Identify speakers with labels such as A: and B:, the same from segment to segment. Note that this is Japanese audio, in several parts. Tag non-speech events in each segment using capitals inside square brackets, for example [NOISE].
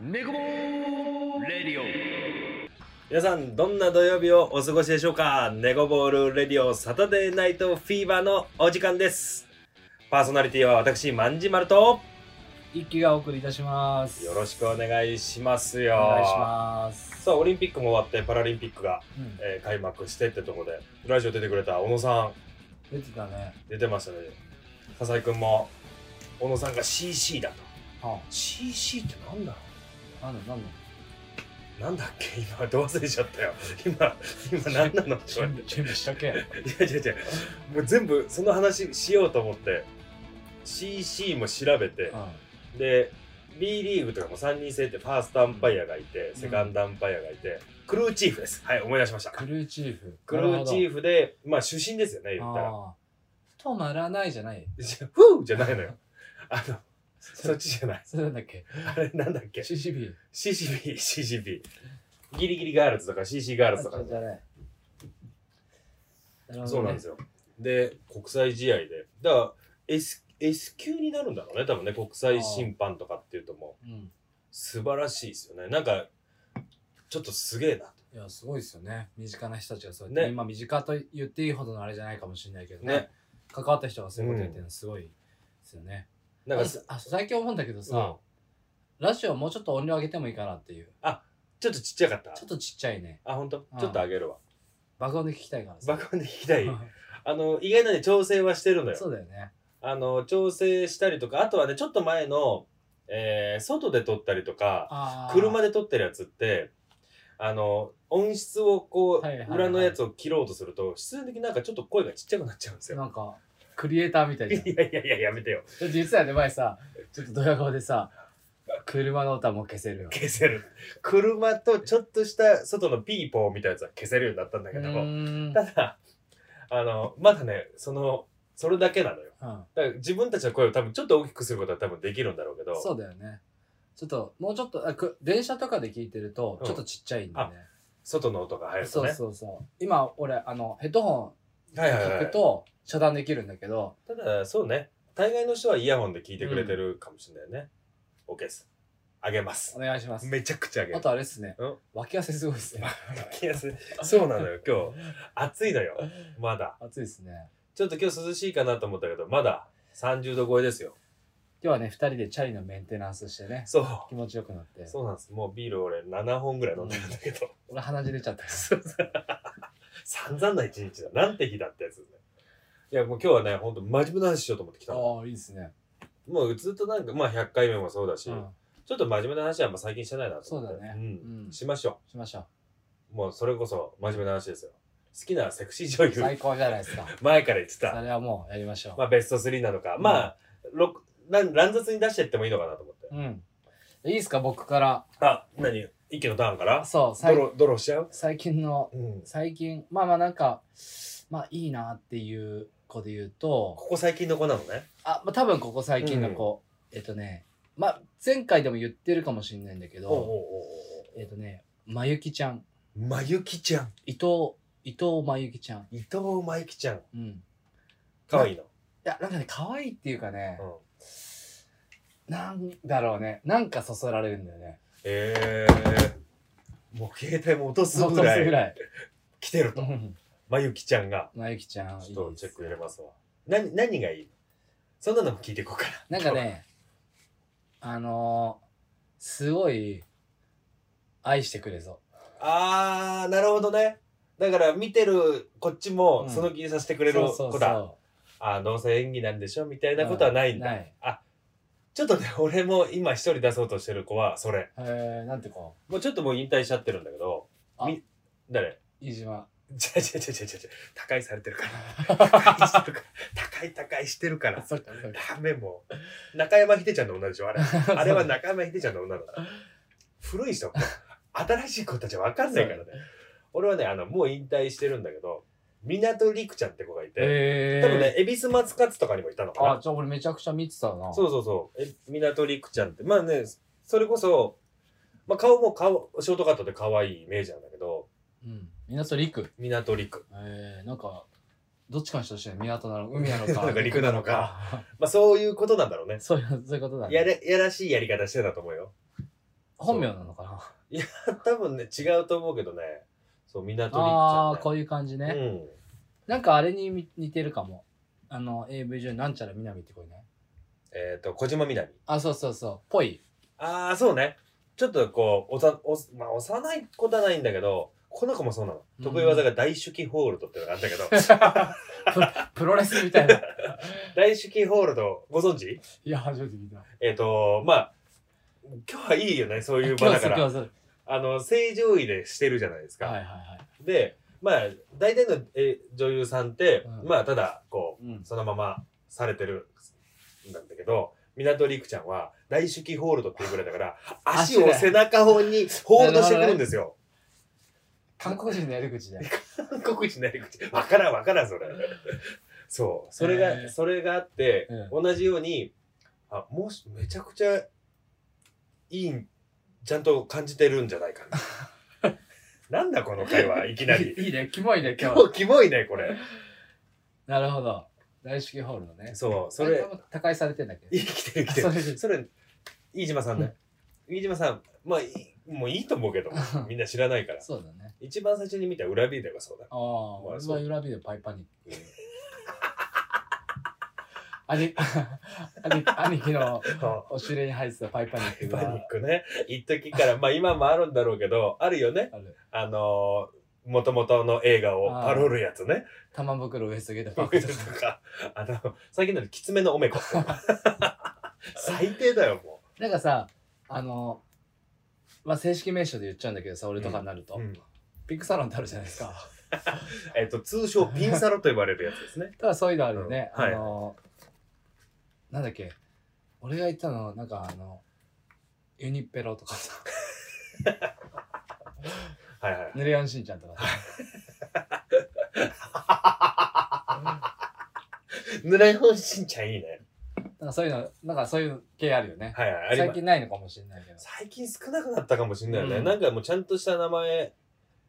A: ネコボールレディオ
B: 皆さんどんな土曜日をお過ごしでしょうかネゴボールレディオサタデーナイトフィーバーのお時間ですパーソナリティは私まんじまると
C: 一気がお送りいたします。
B: よろしくお
C: いし
B: 願いしますよ
C: ます。
B: さあオリンピックも終わってパラリンピックが、
C: うん、
B: えー開幕してってとこでラジオ出てくれた小野さ
C: 出てたね。
B: ん出てましたね笹井くんも小野さんが CC だと
C: は
B: CC ってなんだろ
C: あ、なんだなんだ。
B: うなんだっけ今どう忘れちゃったよ今今何なのって言われて
C: 準備準備したけ。
B: いや違う違うもう全部その話しようと思って CC も調べて
C: う
B: で B リーグとかも3人制ってファーストアンパイアがいて
C: うん
B: セカンドアンパイアがいてクルーチーフですはい思い出しました
C: ん、クルーチーフ。
B: クルーチー
C: フ。
B: フでまあ主審ですよね言ったら
C: ああ。止まらないじゃない。
B: じゃフーじゃない
C: [LAUGHS]
B: のよあのそっちじゃない
C: それなんだっけ。
B: あれなんだっけ
C: CCB。
B: CCBCCB ギリギリガールズとか CC ガールズとか
C: じゃない。なるほどね
B: そうなんですよ。で、国際試合で。だから、S、S 級になるんだろうね、多分ね、国際審判とかっていうともう、
C: うん。
B: 素晴らしいですよね。なんか、ちょっとすげえな。
C: いや、すごいですよね。身近な人たちがそうやって、
B: ね
C: 今身近と言っていいほどのあれじゃないかもしれないけどね。
B: ね
C: 関わった人がそういうこと言ってるのはすごいですよね。
B: なん
C: あ
B: か、
C: とあ最近思うんだけどさ、
B: うん
C: ラジオもうちょっと音量上げてもいいかなっていう。
B: ちょっとちっちゃかった。
C: ちょっとちっちゃいね。
B: あ、ほんと
C: うん
B: ちょっと上げるわ。
C: 爆音で聞きたいからさ。
B: 爆音で聞きたい。
C: う
B: あの、意外なね、調整はしてるの
C: んそ
B: よ。
C: うだよね。
B: あの、調整したりとか、あとはね、ちょっと前の、えー外で撮ったりとか、
C: あ
B: 車
C: で。
B: で撮ってるやつってあの音質をこう、
C: はいはいはい
B: 裏のやつを切ろうとすると必然的になんかちょっと声がちっちゃくなっちゃうんですよ。
C: なんか、クリエイターみたいじゃん。
B: [LAUGHS] いやいやいややめてよ
C: だって言ってたよね、前さ、ちょっとドヤ顔でさ、車の歌も消せるよ。
B: 消せる車とちょっとした外のピーポーみたいなやつは消せるようになったんだ
C: う
B: けども
C: ーん。
B: ただあのまだねそのそれだけなのよ
C: うん
B: だから自分たちの声を多分ちょっと大きくすることは多分できるんだろうけど
C: そうだよね。ちょっと、もうちょっと、あく電車とかで聞いてると
B: う、ん
C: ちょっとちっちゃいんだよね。
B: 外の音が入ると
C: そう
B: ね
C: そうそう。今、俺、あの、ヘッドホ
B: はい
C: ン
B: はいは
C: 聞
B: い
C: くと遮断できるんだけど、
B: ただそうね大概の人はイヤホンで聞いてくれてるかもしれないね、OK ですあげます
C: お願いします。
B: めちゃくちゃ上げ
C: あとあれっすね
B: うん。
C: 脇汗すごいっすね。
B: 気がするそうなのよ今日暑いのよまだ
C: 暑いっすね。
B: ちょっと今日涼しいかなと思ったけどまだ30度超えですよ
C: 今日はね、二人でチャリのメンテナンスしてね、
B: そ
C: 気持ちよくなって
B: う。そうなんですもうビール俺7本ぐらい飲んでるんだけど、
C: 俺鼻血出ちゃったよ。
B: 散々な一日だなんて日だってやつねいやもう今日はねほんと真面目な話しようと思ってきたの
C: ああ、いいですね。
B: もうずっとなんかまあ100回目もそうだし、
C: うん、
B: ちょっと真面目な話はあんま最近してないなと思って
C: そうだね
B: うん
C: うん
B: しましょ
C: しましょ
B: うもうそれこそ真面目な話ですよ好きなセクシー女
C: う。最
B: 優
C: 高じゃないです
B: [LAUGHS]
C: か。
B: 前から言ってた
C: それはもうやりましょ
B: まあ、ベスト3なのか、まあ、ろなん乱雑に出していってもいいのかなと思って。
C: う。うん。いいですか、僕から。
B: あ、何一気のターンから
C: そう、
B: ド
C: 最
B: ロ、ドロしちゃう
C: 最近の、
B: うん。
C: 最近、まあまあなんか、まあいいなっていう子で言うと、
B: ここ最近の子なのね。
C: あ、まあ多分ここ最近の子、えっとね、まあ前回でも言ってるかもしれないんだけ
B: おうおう
C: ど、えっとね、まゆきちゃん、
B: おうまゆきちゃん。
C: 伊藤、伊藤まゆきちゃん。
B: 伊藤まゆきちゃん。
C: うん。い
B: かわいいの。
C: や、なんかね、可愛いっていうかね、
B: うん。
C: なんだろうね、なんかそそられるんだよね。
B: えー。もう携帯も落とすぐら
C: そう
B: い
C: ぐらい。
B: 来てると。まゆきちゃんが。
C: まゆきちゃん、
B: ちょっとチェック入れ
C: す。
B: ますわ。な、何がいいそんなのも聞いていこうか
C: なんかね、あのー、すごい、愛してくれそう。
B: [LAUGHS] な。あー、なるほどね。だから見てるこっちも
C: うん
B: その気にさせてくれる
C: そう
B: 子
C: そう
B: だ。
C: そ
B: あどうせ演技なんでしょみたいうなことはないんだ、
C: うない。
B: ちょっとね [LAUGHS] 俺も今一人出そうとしてる子はそれ
C: えー、なんてこ
B: もうちょっともう引退しちゃってるんだけど
C: あ
B: み誰 [LAUGHS]
C: う、飯島。
B: ちゃちゃちゃちゃちゃ他界されてるから他界してるから他界他界してるから
C: [LAUGHS] そっかそっか
B: ダメもう中山秀ちゃんの女でしょあれあれは中山秀ちゃんの女だ古い人新しい子たちは分かんないからね俺はねあのもう引退してるんだけど港陸ちゃんって子がいて、
C: えー。
B: 多分ね恵比寿松勝とかにもいたのかな
C: あ、じゃあ俺めちゃくちゃ見てたな。。
B: そううそうそう。え、港陸ちゃんって。まあね、それこそ、まあ顔も顔、ショートカットで可愛いイメージなんだけど、
C: うん。港陸。
B: 港陸。
C: えー、なんか、どっちかにしてほしいね。港なの海なのか。
B: [LAUGHS] なんか陸なの
C: [LAUGHS]
B: か。まあそういうことなんだろうね。
C: そういう、そういうことだね。
B: やれ、やらしいやり方してたと思うよ。
C: 本名なのかな
B: 多分ね違うと思うけどねそう港りっちゃ
C: あ
B: ん、
C: あ
B: ね、
C: ーこういう感じね、
B: うん
C: なんかあれにみ似てるかもあの AV 上になんちゃらみなみってこれね
B: えっ、と小島みなみ
C: あそうそうそうぽい
B: ああそうねちょっとこうおさお、まあ、幼い子じゃないんだけどこの子もそうなの
C: うん
B: 得意技が大手記ホールドっていうのがあったけ
C: [LAUGHS]
B: ど
C: プロレスみたい
B: [LAUGHS]
C: な
B: 大手記ホールドご存知
C: いや初めて見た
B: えっ、とまあ今日はいいよねそういう場
C: 今
B: だ
C: 日す
B: か
C: 今
B: ら
C: 日すはい
B: あの正常位でしてるじゃないですか、
C: はいはい
B: でまあ大体のえー女優さんって、
C: うん
B: まあただこ
C: うん
B: うそのままされてるんだけど港陸ちゃんは大手記ホールドっていうぐらいだから足を
C: 足で
B: 背中方にホールドしてくるんですよ。
C: 韓国人のやり口で
B: 韓国人のやり口わからんわからんそれそうそれが、
C: えー
B: それがあって、同じようにあもしめちゃくちゃいいちゃんと感じてるんじゃないか
C: [LAUGHS]
B: ななんだこの会話いきなり
C: いいねキモいね [LAUGHS] 今
B: 今
C: 日
B: 日キモいねこれ
C: なるほど大式ホールのね
B: そうそ
C: あ
B: れ
C: も高いされてんだっけど
B: 生きてる生きてる
C: それ
B: それ飯島さんね飯島さんまあいいもういいと思うけどみんな知らないか
C: [LAUGHS]
B: ら
C: そうだね
B: 一番最初に見た裏ビデオがそう
C: [LAUGHS]
B: だ
C: ああ
B: まあ
C: 俺
B: そ
C: は
B: う
C: 裏ビデオパイパニ
B: [LAUGHS]
C: ック兄 [LAUGHS] 兄兄貴のおし入れに入ってたパイパニック
B: パニッ
C: が
B: クね一時からまあ今もあるんだろうけどあるよね
C: ある
B: あのー、もともとの映画を
C: あー
B: パロるやつね。
C: 玉袋ウエストゲートパ
B: [LAUGHS] と
C: ックとか
B: か、あの、最近のきつめのおめこ。最低だよ、も
C: [LAUGHS] なんかさあのまあ正式名称で言っちゃうんだけどさ俺とかになると、
B: う。うん
C: ピックサロンってあるじゃないですか
B: えっ、と、通称ピンサロと呼ばれるやつ
C: [LAUGHS]
B: ですね。
C: ただそういうのあるよね、
B: うんはい
C: あのなんだっけ俺が言ったのなんかあのユニッペロとかさ
B: [LAUGHS] はいはい。
C: ぬれやんしんちゃんとかさ
B: ぬらいほんしんちゃんいいね。
C: なんかそういうのなんかそういう系あるよね、
B: はいはい、あり
C: 最
B: ます。
C: 近ないのかもしれないけど
B: 最近少なくなったかもしれないよね、
C: うん
B: なんかもうちゃんとした名前、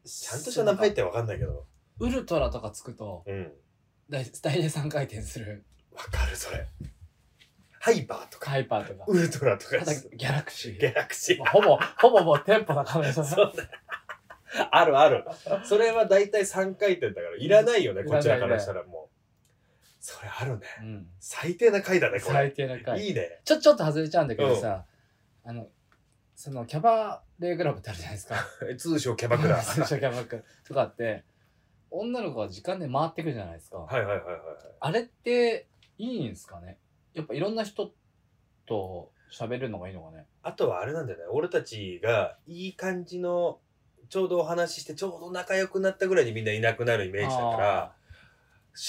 B: ちゃんとした名前ってわかんないけど。
C: ウルトラとかつくと
B: うん。
C: 大大体3回転する
B: わかる、それ。ハイバーとか、
C: ハイパーとか
B: ウルトラとか
C: た、だギャラクシ
B: [LAUGHS] ギ
C: ー
B: ャラクシー
C: もう。ほぼほぼもうテンポな感じだ
B: [LAUGHS] そうだ。 [LAUGHS] あるある。それは大体3回転だから、いらないよね、
C: いら
B: こ
C: ないね
B: ちらからしたらもう。それあるね。
C: うん、
B: 最低な回だね、これ。
C: 最低な回
B: いいね。
C: ちょ、ちょっと外れちゃうんだけどさ、あの、そのキャバレークラブってあるじゃないですか。
B: 通称 [LAUGHS] キャ
C: [LAUGHS]
B: バクラ。はい
C: 通称キャバクラとかって、女の子が時間で回ってくるじゃないですか。
B: はいはいはいはい。
C: あれっていいんですかねやっぱいろんな人と喋るのがいいのかね
B: あとはあれなんだよね、俺たちがいい感じの、ちょうどお話しして、ちょうど仲良くなったぐらいにみんないなくなるイメージだから、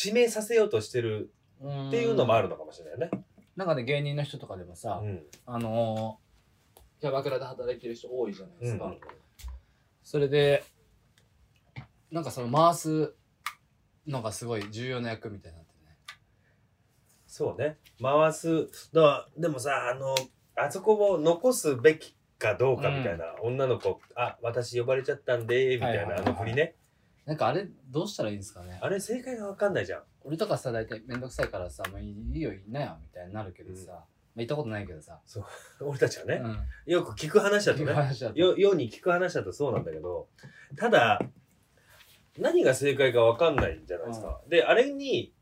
B: 指名させようとしてる
C: ら
B: っていうのもある
C: の。
B: のかもしれないよね。
C: なんかね、芸人の人とかでもさ、
B: うん。
C: あのーキャバクラで働いてる人多いじゃないで
B: う
C: す
B: ん
C: か。。それで、なんかその回すのがすごい重要な役みたいになってね。
B: そうね。回す。だからでもさ、あの、あそこを残すべきかどうかみたいな、女の子、あ、私呼ばれちゃったんで、みたいな、
C: はいはいはい
B: あの振りね。
C: なんかあれどうしたらいいんですかね
B: あれ、正解がわかんないじゃん。
C: 俺とかさ大体めんどくさいからさもういいよいいなよみたいになるけどさ、
B: うん
C: まあ行ったことないけどさ、
B: 俺たちは
C: う
B: ね、
C: ん、
B: よく聞く話だと
C: いう
B: ね。
C: 話だと
B: よ世に聞く話だとそうなんだけど、ただ、何が正解かわかんないじゃないですか。で、あれに、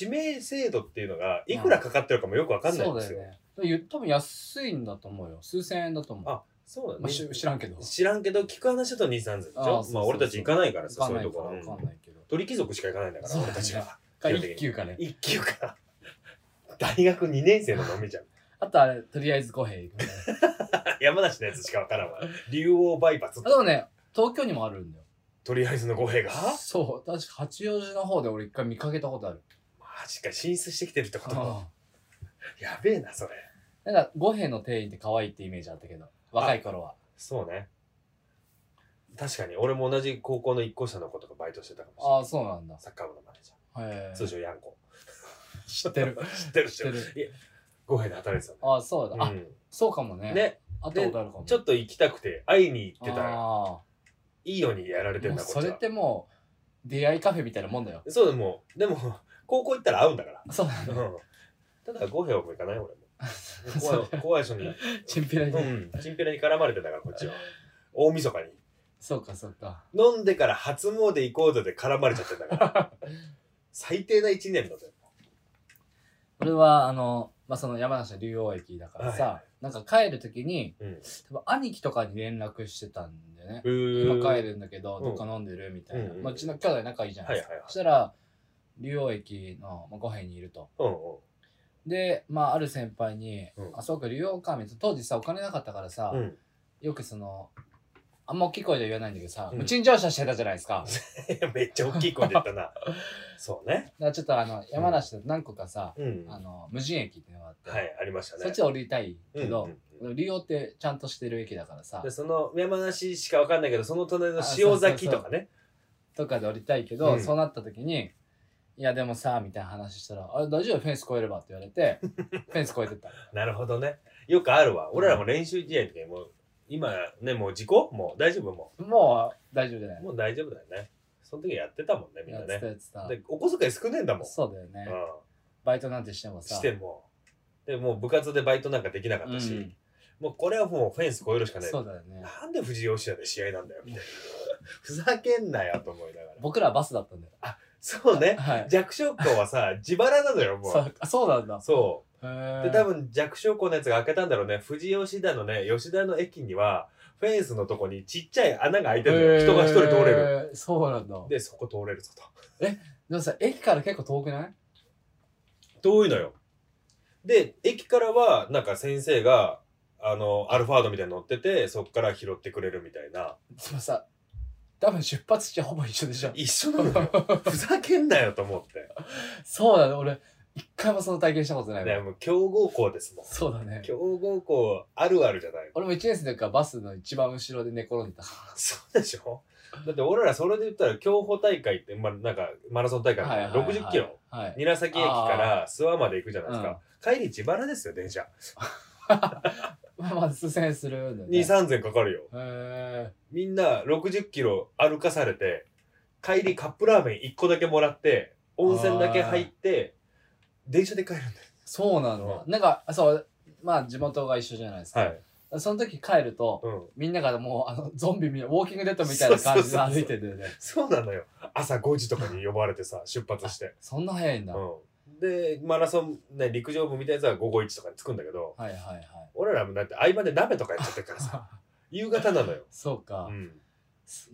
B: 指名制度っていうのが、いくらかかってるかもよくわかんないんです
C: そう
B: よ。
C: だよねでもゆ多分安いんだと思うよ数千円だと思う
B: あそうだね。
C: まあ、し知らんけど
B: 知らんけど、聞く話だと2、3千でし
C: あそうそ
B: ょ
C: うそう
B: まあ、俺たち行かないから
C: 分
B: さ、
C: かん
B: そうい
C: な
B: う
C: い
B: と
C: か
B: こ
C: ら
B: は。
C: 分かんないけど、
B: 鳥貴族しか行かないんだから、
C: そうだ
B: 俺
C: ね
B: たちは。
C: が
B: 基本的に
C: 一級かね
B: 一級か。大学2年生の飲
C: [LAUGHS]
B: みじゃん。
C: あとあれとりあえず五平行くね
B: 山梨のやつしかわからんわ。竜王バイパス
C: あ。でもね東京にもあるんだよ
B: とりあえずの語弊が
C: そう確か八王子の方で俺一回見かけたことある
B: マジか、進出してきてるってこと
C: あ
B: やべえな、それ。
C: あなんか五平の店員って可愛いってイメージあったけど若い頃は
B: そうね。確かに、俺も同じ高校の一校舎の子とかバイトしてたかもしれな
C: ああそうなんだ
B: い。サッカー部のマネージャ
C: へえ
B: ー。通称ヤンコ。
C: 知ってる
B: 知ってる
C: 知
B: 知
C: っ
B: ってて
C: る
B: る。いや、語弊で働いてたんだ。
C: ああそうだ、あ
B: う
C: そうかもね
B: んね、
C: あったことあるかも
B: ちょっと行きたくて、会いに行ってたら、
C: あ
B: いいようにやられて
C: ー
B: ん
C: もう
B: だ、こ
C: そ
B: っち
C: れ
B: は
C: っ。てもう出会いカフェみたいなもんだよ
B: [LAUGHS] そうでもうでも高校行ったら会うんだから、
C: そうなん
B: う
C: だ
B: ん、ただ五平はもう行かない俺も
C: [LAUGHS]
B: 怖い怖い人に、
C: チンピラに、
B: うん、チンピラに絡まれてたからこっちは大晦日に
C: そうかそうか
B: 飲んでから初詣行こうぜで絡まれちゃってたから最低な1年だぜ
C: 俺はあの、まあ、その山梨の竜王駅だからさ、なんか帰る時に、
B: うん
C: 多分兄貴とかに連絡してたんだよね
B: う
C: 今帰るんだけど、
B: うん
C: どっか飲んでるみたいな、
B: うんうん
C: まあ、うちの兄弟仲いいじゃないですか、
B: はいはいはい
C: そしたら竜王駅のまあ五辺にいると
B: うんうん
C: でまあある先輩に「
B: うん
C: あそうか竜王か」みたいな当時さお金なかったからさ、
B: うん [LAUGHS]
C: よくそのあんま大きい声では言わないんだけどさ、
B: うん
C: 無賃乗車してたじゃないですかだか
B: めっちゃ大きい声で言ったなそうね
C: らちょっとあの山梨で何個かさ、
B: うん
C: あの無人駅っていうのがあって、
B: はいありましたね
C: そっちで降りたいけど、
B: うんうん
C: 利用ってちゃんとしてる駅だからさ
B: でその山梨しかわかんないけどその隣の塩崎とかね
C: とかで降りたいけど、
B: うん
C: そうなった時に「いやでもさ」みたいな話したら「あれ大丈夫フェンス越えれば」って言われ
B: [LAUGHS]
C: てフェンス越えてった
B: なるほどねよくあるわ俺らも練習試合の時にもう今ねもう事故もう大丈夫も
C: もう大丈夫じゃな
B: う
C: い
B: もう大丈夫だよねその時やってたもんねみん
C: や
B: な
C: ってた
B: ね
C: やつだ
B: でお小遣い少ねえんだもん
C: そうだよね、
B: う
C: バイトなんてしても
B: ん
C: さ
B: してもでもう部活でバイトなんかできなかったし、
C: うん
B: もうこれはもうフェンス越えるしかない
C: そうだよね
B: なんで藤井吉也で試合なんだよみたいな [LAUGHS] ふざけんなよと思いながら
C: 僕らはバスだったんだよ
B: そうね
C: はい
B: 弱小校はさ自腹なのよもう
C: そうあそうなんだ
B: そう
C: へー
B: で多分弱小校のやつが開けたんだろうね藤吉田のね吉田の駅にはフェンスのとこにちっちゃい穴が開いてるのよ人が一人通れる
C: へーそうなんだで
B: でそこ通れるぞと
C: もさ駅から結構遠くない
B: 遠いのよで駅からはなんか先生があのアルファードみたいに乗っててそっから拾ってくれるみたいな
C: でもさ多分出発地はほぼ一緒でしょ
B: 一緒なのよ
C: [LAUGHS]
B: ふざけんなよと思って
C: そうだね俺一回もその体験したことないわ
B: ねもう強豪校ですもん
C: そうだね
B: 強豪校あるあるじゃない
C: 俺も1年生の時からバスの一番後ろで寝転んでた
B: そうでしょだって俺らそれで言ったら競歩大会って、まあ、なんかマラソン大会
C: はい
B: 6 0キロ、
C: はい、はい、
B: 韮崎駅から諏訪まで行くじゃないですか、帰り自腹ですよ電車
C: まあまず数千円するんだよね
B: 2 3 0 0かかるよ
C: へ
B: みんな6 0キロ歩かされて帰りカップラーメン1個だけもらって温泉だけ入って電車で帰るんだよ
C: ーそうなの、なんかそうまあ地元が一緒じゃないですか、
B: はい、
C: その時帰ると
B: うん、
C: みんながもうあのゾンビみたいなウォーキングデッドみたいな感じで
B: そうそうそうそう
C: 歩いてるよね
B: そうなのよ朝5時とかに呼ばれてさ出発して、
C: そんな早いんだ、
B: うん、でマラソン、ね、陸上部みたいなやつは午後1とかに着くんだけど
C: はいはいはい
B: 俺らもだって合間で鍋とかやっちゃってるか
C: [LAUGHS]
B: らさ夕方なのよ、
C: そうか、
B: うん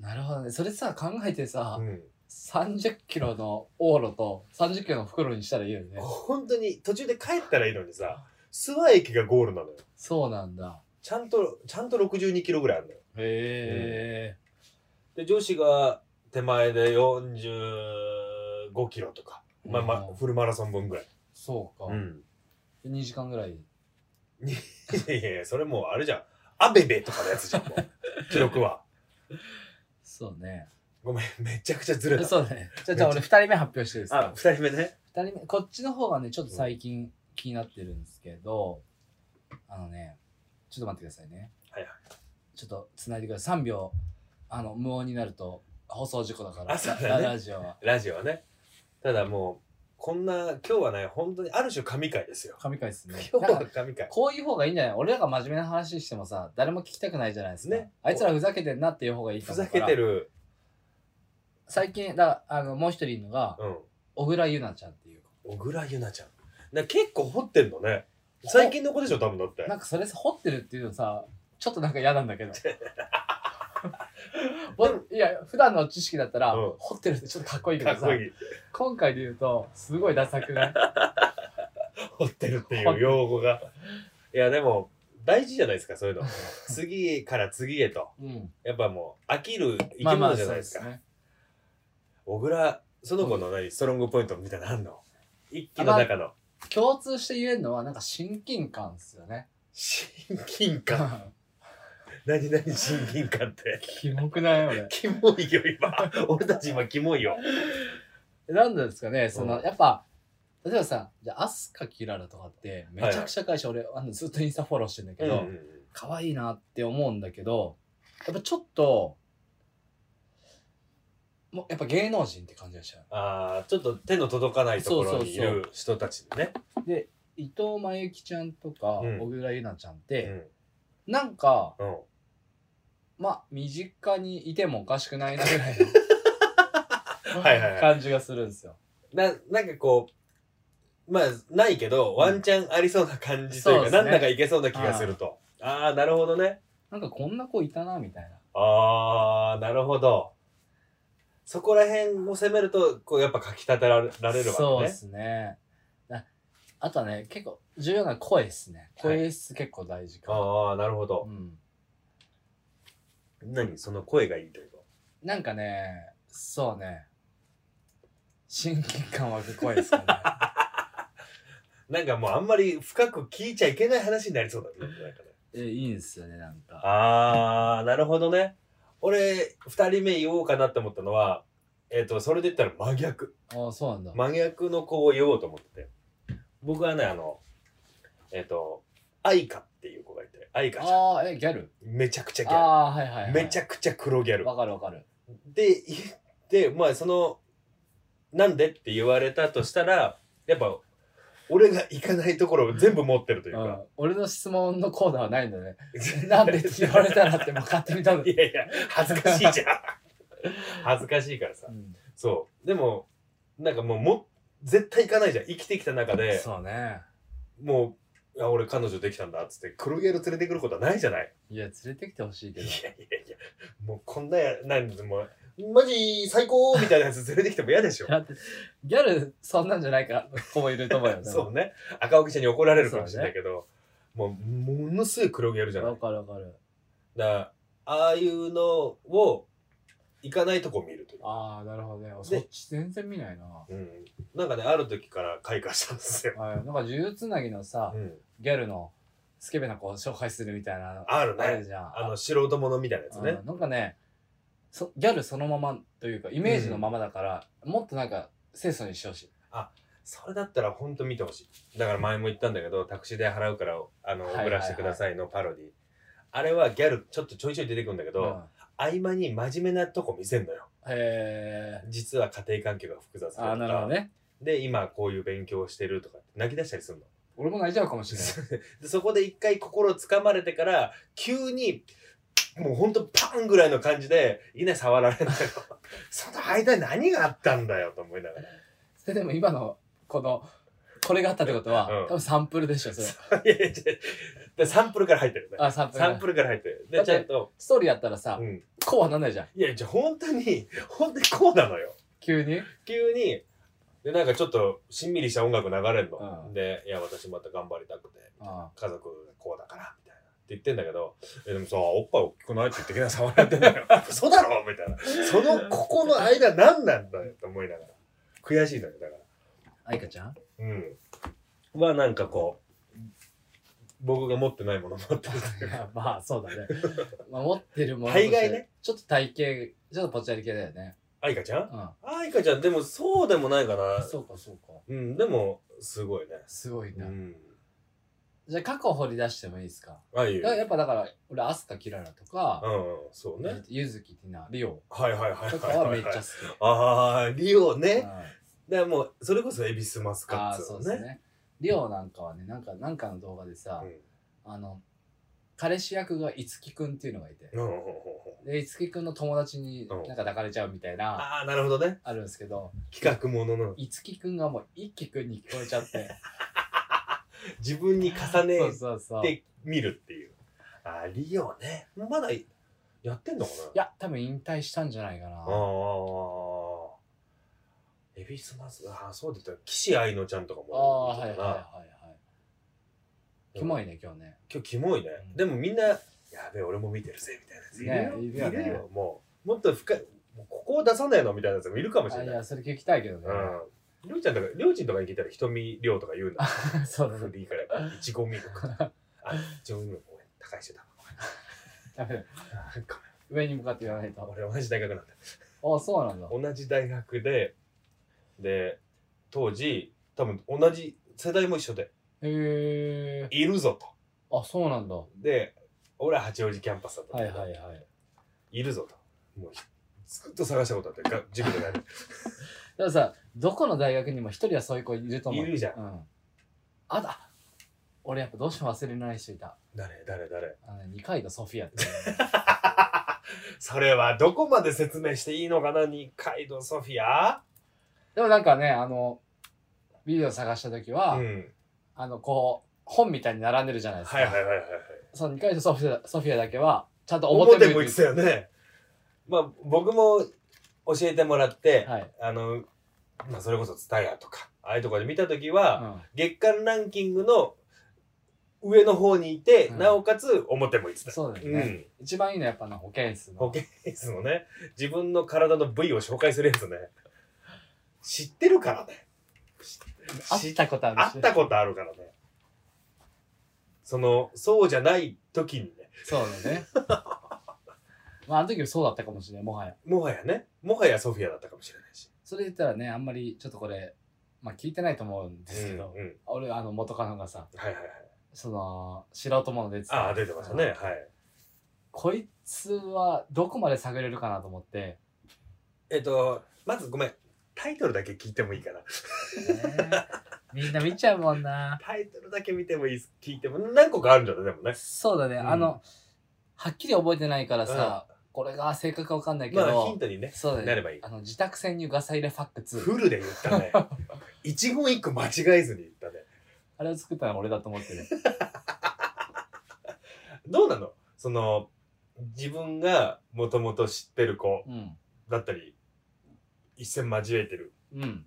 C: なるほどねそれさ考えてさ、
B: うん、
C: 30キロの往路と30キロの袋にしたらいいよね
B: 本当に途中で帰ったらいいのにさ諏訪駅がゴールなのよ
C: そうなんだ
B: ちゃんとちゃんと62キロぐらいあるのよ
C: へえ、
B: で女子が手前で45キロとか、まあまあ
C: うん
B: フルマラソン分ぐらい、
C: そうか、
B: ん、
C: 2時間ぐらい
B: いやいやいやそれもうあれじゃんアベベとかのやつじゃん
C: [LAUGHS]
B: もう記録は
C: そうね
B: [LAUGHS] ごめんめちゃくちゃずれた
C: そうねじゃあじゃあ俺2人目発表していいです
B: あ
C: か
B: 二人目ね
C: 二人目こっちの方がねちょっと最近気になってるんですけどあのねちょっと待ってくださいね
B: はいはい
C: ちょっとつないでください3秒あの無音になると放送事故だから
B: あそうだね
C: ララジオは
B: ラジオはねただもうこんな今日はね本当にある種神回ですよ
C: 神回ですね
B: 今日
C: なん
B: は
C: か
B: 神回
C: こういう方がいいんじゃない俺らが真面目な話してもさ誰も聞きたくないじゃないですか、
B: ね
C: あいつらふざけてんなっていう方がいいと
B: ふ
C: 思う
B: ざ
C: か
B: け
C: ら
B: てる
C: 最近だあのもう一人いるのが
B: うん
C: 小倉優奈ちゃんっていう
B: 小倉優奈ちゃんな結構掘ってんのね最近の子でしょ多分だ [LAUGHS] って
C: なんかそれさ掘ってるっていうのさちょっとなんか嫌なんだけ
B: [LAUGHS]
C: どほんいや普段の知識だったら、
B: うん
C: 掘ってるってちょっとかっこいいけど
B: か
C: さ
B: っこいい
C: 今回で言うとすごいダサく
B: [LAUGHS]
C: ない
B: 掘ってるっていう用語がいやでも大事じゃないですか
C: [LAUGHS]
B: そういうの次から次へと
C: うん
B: やっぱもう飽きる生き物じゃないですか、
C: まあまあそうね
B: 小倉その子の何、ストロングポイントみたいなのあんの一気の中の
C: 共通して言えるのはなんか親近感ですよね
B: 親近感何何親近感っ
C: [LAUGHS]
B: て
C: キモくない俺
B: キモいよ
C: [LAUGHS]
B: 今俺たち今キモいよ
C: なんでですかねその、
B: うん
C: やっぱ例えばさじゃあ飛鳥キララとかってめちゃくちゃ会社、俺あのずっとインスタフォローしてんだけど、
B: うん
C: 可愛いなって思うんだけどやっぱちょっともうやっぱ芸能人って感じがしちゃ
B: ああちょっと手の届かないところにい
C: そうそう
B: る人たちでね
C: うで伊藤真由紀ちゃんとか
B: うん
C: 小倉優奈ちゃんっ
B: う
C: て、
B: ん
C: なんか
B: うん
C: まあ身近にいてもおかしくないなぐらいの
B: [LAUGHS] はいはいはい
C: 感じがするんですよ。
B: ななんかこうまあないけどワンチャンありそうな感じという
C: そうで
B: か、
C: すね
B: なんだかいけそうな気がするとああーなるほどね
C: なんかこんな子いたなみたいな。
B: ああなるほどそこら辺を攻めるとこうやっぱかきたてられられる
C: そう
B: わけ
C: で
B: ね
C: すね。なあとはね結構重要なのは声ですね。
B: はい
C: 声質結構大事かな。
B: ああなるほ
C: う
B: ど、
C: ん、
B: 何その声がいいというか
C: なんかねそうね親近感湧く声ですかね。
B: [LAUGHS] なんかもうあんまり深く聞いちゃいけない話になりそうだねなんかね
C: えいいんですよねなんか。
B: ああなるほどね俺2人目言おうかなって思ったのはえっ、とそれで言ったら真逆
C: ああそうなんだ。
B: 真逆の子を言おうと思ってて僕はねあのえっ、と愛花っていう子がいて愛花ちゃん
C: ああえギャル
B: めちゃくちゃギャ
C: ああーはいはい、は
B: ル
C: い、
B: めちゃくちゃ黒ギャル
C: わかるわかる。
B: で言ってまあそのなんでって言われたとしたらやっぱ俺が行かないところを全部持ってるという
C: う
B: か
C: ん、俺の質問のコーナーはないんだね。 [LAUGHS] なんでって言われたらってもう勝手に多分
B: [LAUGHS] い。やいや恥ずかし
C: [LAUGHS]
B: いじゃん恥ずかしいからさ
C: うん
B: そうでもなんかもうも絶対行かないじゃん生きてきた中で
C: そうね。
B: もう、あ、俺彼女できたんだっつって、黒ギャル連れてくることはないじゃない。
C: いや連れてきてほしい
B: い
C: け
B: やい
C: ど。
B: やいや、もうこんなや、なんでもう、マジ最高みたいなやつ連れてきても嫌でしょ。
C: だってギャルそんなんじゃないか子もいると思うよでも
B: [LAUGHS] そうね。赤荻ちゃんに怒られるかもしれないけど、もう、ものすごい黒ギャルじゃない。
C: わ
B: だか
C: かるわかる
B: ら、ああいうのを、行かないとこ見るという。
C: ああなるほどね
B: で
C: そっち全然見ないな
B: うん。なんかね、ある時から開花したんですよ。
C: はいなんか呪術つなぎのさ
B: うん。
C: ギャルのスケベな子を紹介するみたいな
B: あるね
C: あるじゃん
B: あの、素人者みたいなやつね
C: うん。なんかねそギャルそのままというかイメージのままだから、もっとなんか清楚にしてほしい
B: それだったらほんと見てほしいだから前も言ったんだけど「タクシーで払うからあの
C: はいはいはい
B: 送らせてください」のパロディ、あれはギャルちょっとちょいちょい出てくるんだけど、
C: うん
B: 合間に真面目なとこ見せんのよ
C: へえ
B: 実は家庭環境が複雑
C: あー
B: だと
C: なるほ
B: か、
C: どね
B: で今こういう勉強をしてるとかって泣き出したりするの
C: 俺も泣いちゃうかもしれない
B: でそこで一回心をつかまれてから急にもうほんとパンぐらいの感じでいきなり触られる
C: [LAUGHS]
B: のよその間に何があったんだよと思いながら
C: それでも今のこのこれがあったってことは、
B: うん
C: 多分サンプルでしょそれ
B: いやいや違うでサンプルから入ってるね
C: あサンプル
B: サンプルから入ってる
C: だっ
B: でち
C: て
B: ゃんと
C: ストーリーやったらさ、
B: うん、
C: こうはなんないじゃん
B: いやじゃあ本当に [LAUGHS] 本当にこうなのよ
C: 急に
B: 急にでなんかちょっとしんみりした音楽流れるの、
C: うん
B: で「いや私また頑張りたくて
C: あ
B: 家族がこうだから」みたいなって言ってんだけど「えでもさおっぱい大きくない?」って言ってきな触られてんだよ [LAUGHS] 嘘だろみたいなそのここの間何なんだよと思いながら悔しいのよだから
C: 愛花ちゃん
B: うんはなんかこう僕が持ってないもの持ってる [LAUGHS] という
C: [LAUGHS]
B: か
C: まあそうだね、まあ、持ってるもの
B: 大概ね
C: ちょっと体型ちょっとぽっちゃり系だよね
B: 愛花ちゃん
C: うん
B: 愛花ちゃんでもそうでもないかな
C: そうかそうか
B: うん、でも、すごいね。
C: すごいうな、
B: ん。
C: じゃあ過去掘り出してもいいですか
B: あ、いい
C: だから
B: よ。
C: やっぱだから俺アスカキララと
B: う
C: か、
B: ん、うんそうね。
C: ゆずきティナリオ
B: はいはいはい
C: とか
B: はい
C: は
B: は
C: め
B: い。
C: っちゃ
B: [LAUGHS]
C: 好き、
B: ああ、リオ
C: うん
B: ね。でもう、それこそ恵比寿マス
C: あ
B: カッ
C: あ
B: ツ
C: そう
B: を
C: です
B: ね。
C: ねリオなんかはねなんかなんかの動画でさ、あの彼氏役が樹くんっていうのがいて
B: うん。うんうんうんうん
C: で樹くんの友達になんか抱かれちゃうみたいな、
B: ああ、なるほどね。
C: あるんですけど
B: 企画ものの。
C: 樹くんがもう一輝くんに聞こえちゃって
B: 自分 [LAUGHS] に重ね
C: そうそうそう。い
B: てみるっていう。あーリオね。まだやってんのかな
C: や、多分引退したんじゃないか
B: あ
C: な。
B: あ。恵比寿マスカああ、そうで言った。岸愛乃ちゃんとか
C: あ
B: も。
C: あー、はいはいはい
B: な
C: はい。キモいね、今日ね。
B: 今日キモいね、
C: うん
B: でもみんな「やべえ俺も見てるぜ」みたいなやつい
C: ねい
B: る
C: る
B: よ,、
C: よね
B: いるよもうもっと深いもうここを出さないのみたいなやつもいるかもし
C: あ
B: れ
C: い
B: ない
C: や、それ聞きたいけどね。
B: うんりょうちゃんとかりょうちんとかに聞いたら瞳りょうとか言うな
C: [LAUGHS] そうだ
B: フ
C: ね。
B: リーからやっぱいちごミルク
C: [LAUGHS]
B: あいちごミルクごめん高い人だごめん
C: ダメだ
B: ご
C: 上に向かって言わないと。
B: [LAUGHS] めん俺同じ大学なんだ
C: あそうなんだ。
B: 同じ大学でで当時多分同じ世代も一緒で
C: へえ。
B: いるぞと
C: あ、そうなんだ。は
B: で俺は八王子キャンパスだったんだ
C: い
B: け
C: は
B: ど
C: いはい。
B: いるぞと。もうひずっと探したことあって、が塾でやる。
C: でもさ、どこの大学にも一人はそういう子いると思う。
B: いるじゃん
C: うん。あと、あ俺やっぱどうしても忘れない人いた。
B: 誰誰誰 [LAUGHS]
C: あのね、2回のソフィアっていう [LAUGHS] のが。
B: それはどこまで説明していいのかな二階堂ソフィア
C: でもなんかね、あの、ビデオ探した時は、
B: うん。
C: あの、こう、本みたいに並んでるじゃないですか。
B: はいはいはいはいはい。
C: その2回のソフィアソフィアだけは、ちゃんと表
B: 表
C: 向
B: も
C: い
B: 言っててたよね。まあ僕も教えてもらって、
C: はい。
B: あの、まあそれこそツタヤとか、ああいうところで見たときは、
C: うん
B: 月間ランキングの上の方にいて、
C: うん
B: なおかつ表も言ってた。
C: そうだよ
B: う
C: ね。
B: ん。
C: 一番いいのはやっぱあの保健室の。
B: 保健室のね、自分の体の部位を紹介するやつね。知ってるからね。
C: あったことあるし。
B: 会ったことあるからね。その、そうじゃない時にね、
C: そうだね。 [LAUGHS] まあ、あの時もそうだったかもしれない、もはや。
B: もはやね、もはやソフィアだったかもしれないし。
C: それで言ったらね、あんまりちょっとこれ、まあ聞いてないと思うんですけど、
B: うんうん。
C: 俺、あの、元カノがさ、
B: はいはいはい。
C: その、素人もの出て
B: ああ、出てましたね。はい。
C: こいつはどこまで探れるかなと思って、
B: えっと、まずごめん。タイトルだけ聞いてもいいかな。
C: みんな見ちゃうもんな。
B: タイトルだけ見てもいいっす聞いても何個かあるんだねでもね
C: そうだね、
B: うん
C: あの、はっきり覚えてないからさ、これが正確かわかんないけど、
B: まあヒントにね
C: そうだ
B: なれ
C: ね。
B: ばいい
C: あの、自宅潜入ガサ入れファック2。
B: フルで言っ
C: [LAUGHS]
B: たね一言一句間違えずに言ったね
C: あれを作ったのは俺だと思ってる。
B: どうなのその自分がもともと知ってる子
C: うん。
B: だったり一線交えてる
C: うん。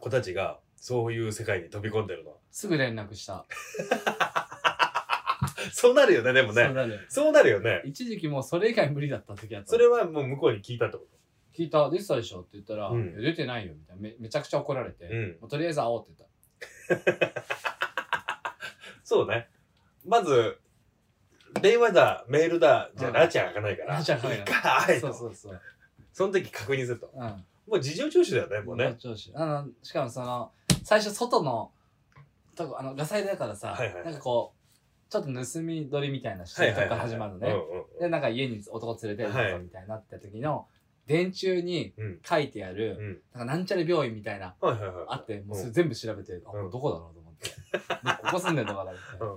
B: 子たちがそういう世界に飛び込んでるの
C: すぐ連絡した。
B: [LAUGHS] そうなるよねでも
C: そう
B: ね
C: だね。
B: そうなるよね
C: 一時期もうそれ以外無理だった時あった
B: それはもう向こうに聞いたってこ
C: 聞いた出てたでしょって言ったら、
B: うん
C: いや出てないよみたいなめめちゃくちゃ怒られて、
B: とうん
C: もうとりあえず会おうって言っ
B: そうねまず電話だメールだじゃ
C: うん
B: ラチャ開かないから
C: ラチャ開かない
B: 一
C: から
B: 回会
C: た
B: え
C: そ
B: と
C: うそうそう
B: その時確認すると
C: うん
B: もう事情聴取だよね、もうね。
C: 調子あのしかもその最初外のとこあのガサ入れだからさ、
B: はいはい
C: なんかこうちょっと盗み撮りみたいなしてるとこから始まるのね、
B: うん
C: でなんか家に男連れて
B: はい
C: るみたいになった時の電柱に
B: うん
C: 書いてあ
B: うんう
C: る、
B: ん。
C: なんかなんちゃら病院みたいな
B: はいはいはい。
C: あってもうそれ
B: ん
C: 全部調べて、あこ
B: う
C: れ
B: ん
C: どこだろうと思って [LAUGHS] でここ住んでんのかなみたい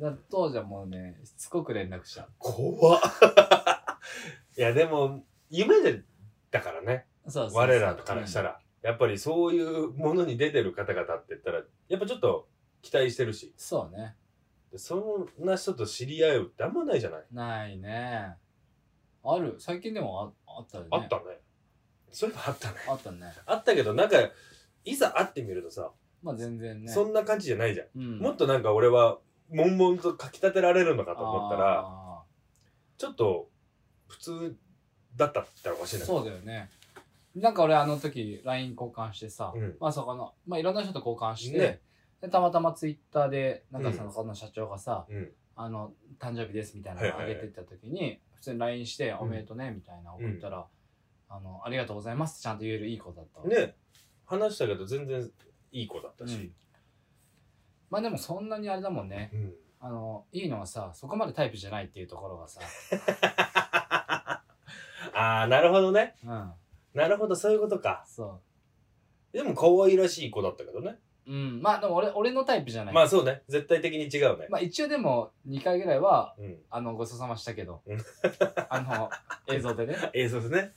C: な、だから当時はもうねしつこく連絡した
B: 怖っ。 [LAUGHS] いや、でも、夢で、だからね、
C: そうそうそう
B: 我らからしたら、やっぱりそういうものに出てる方々って言ったら、やっぱちょっと期待してるし、
C: そうね
B: そんな人と知り合うってあんまないじゃない
C: ないねある最近でもああったよね
B: あったね。そういえばあったね。
C: あったね
B: あったけど、なんか、いざ会ってみるとさ、
C: まあ全然ね
B: そんな感じじゃないじゃん。
C: うん
B: もっとなんか俺は、悶々とかき立てられるのかと思ったら、
C: あ
B: ちょっと普通だったったらおかしい
C: ー
B: な。
C: そうだよねなんか俺あの時 LINE 交換してさ、
B: うん
C: まあそこのまあいろんな人と交換して、
B: ね
C: でたまたまツイッターでなんかその,、
B: うん
C: この社長がさ
B: うん。
C: 「あの誕生日です」みたいなのを上げてった時に、普通に LINE して「おめでとうね」みたいな送ったら、あの「ありがとうございます」ってちゃんと言えるいい子だったわ
B: ね話したけど全然いい子だった
C: う
B: し
C: ん。まあでもそんなにあれだもんね
B: うん。
C: あのいいのはさそこまでタイプじゃないっていうところが
B: [LAUGHS]
C: さ、
B: ああ、なるほどね。
C: うん、
B: なるほど、そういうことか。
C: そ
B: でも可愛らしい子だったけどね。
C: う、うん、まあでも俺俺のタイプじゃない、
B: まあそうね。絶対的に違うね。
C: まあ一応でも2回ぐらいは
B: うん。
C: あのごちそうさましたけど
B: うん
C: [LAUGHS] あの映像でね、
B: ええ、そうですね。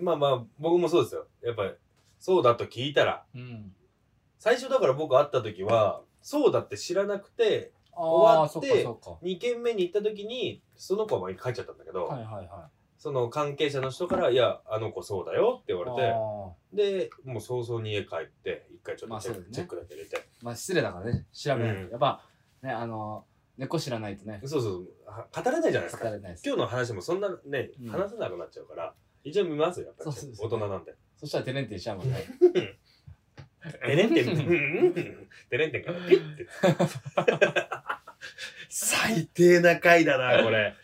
B: まあまあ、僕もそうですよ。やっぱり、そうだと聞いたら、
C: うん、
B: 最初だから僕会った時は、そうだって知らなくて、
C: ああ
B: 終
C: そ
B: わ
C: っ
B: っ
C: か
B: て
C: そっ
B: 2軒目に行った時に、その子は前に帰っちゃったんだけど、
C: かはいはいは
B: その関係者の人から、いや、あの子そうだよって言われ
C: い
B: て
C: あ、ー
B: でもう早々に家帰って一回ちょっ
C: ま
B: と
C: あ
B: チ
C: そ
B: ェッ
C: う
B: ク,、
C: だね
B: チェックだけ入れて
C: まあ失礼だからね調べないと、
B: うん
C: やっぱねあの猫知らないとね
B: そうそうは語れないじゃないです
C: 語
B: か
C: れないです
B: 今日の話もそんなね
C: うん
B: 話せなくなっちゃうから、一応見ますよやっぱり
C: そうそうそう
B: 大人なんで
C: そしたらテレンテンしちゃうもんね
B: テレ
C: [LAUGHS]
B: ンテンうんうんうんテレンテンからピッて最低な回だなこれ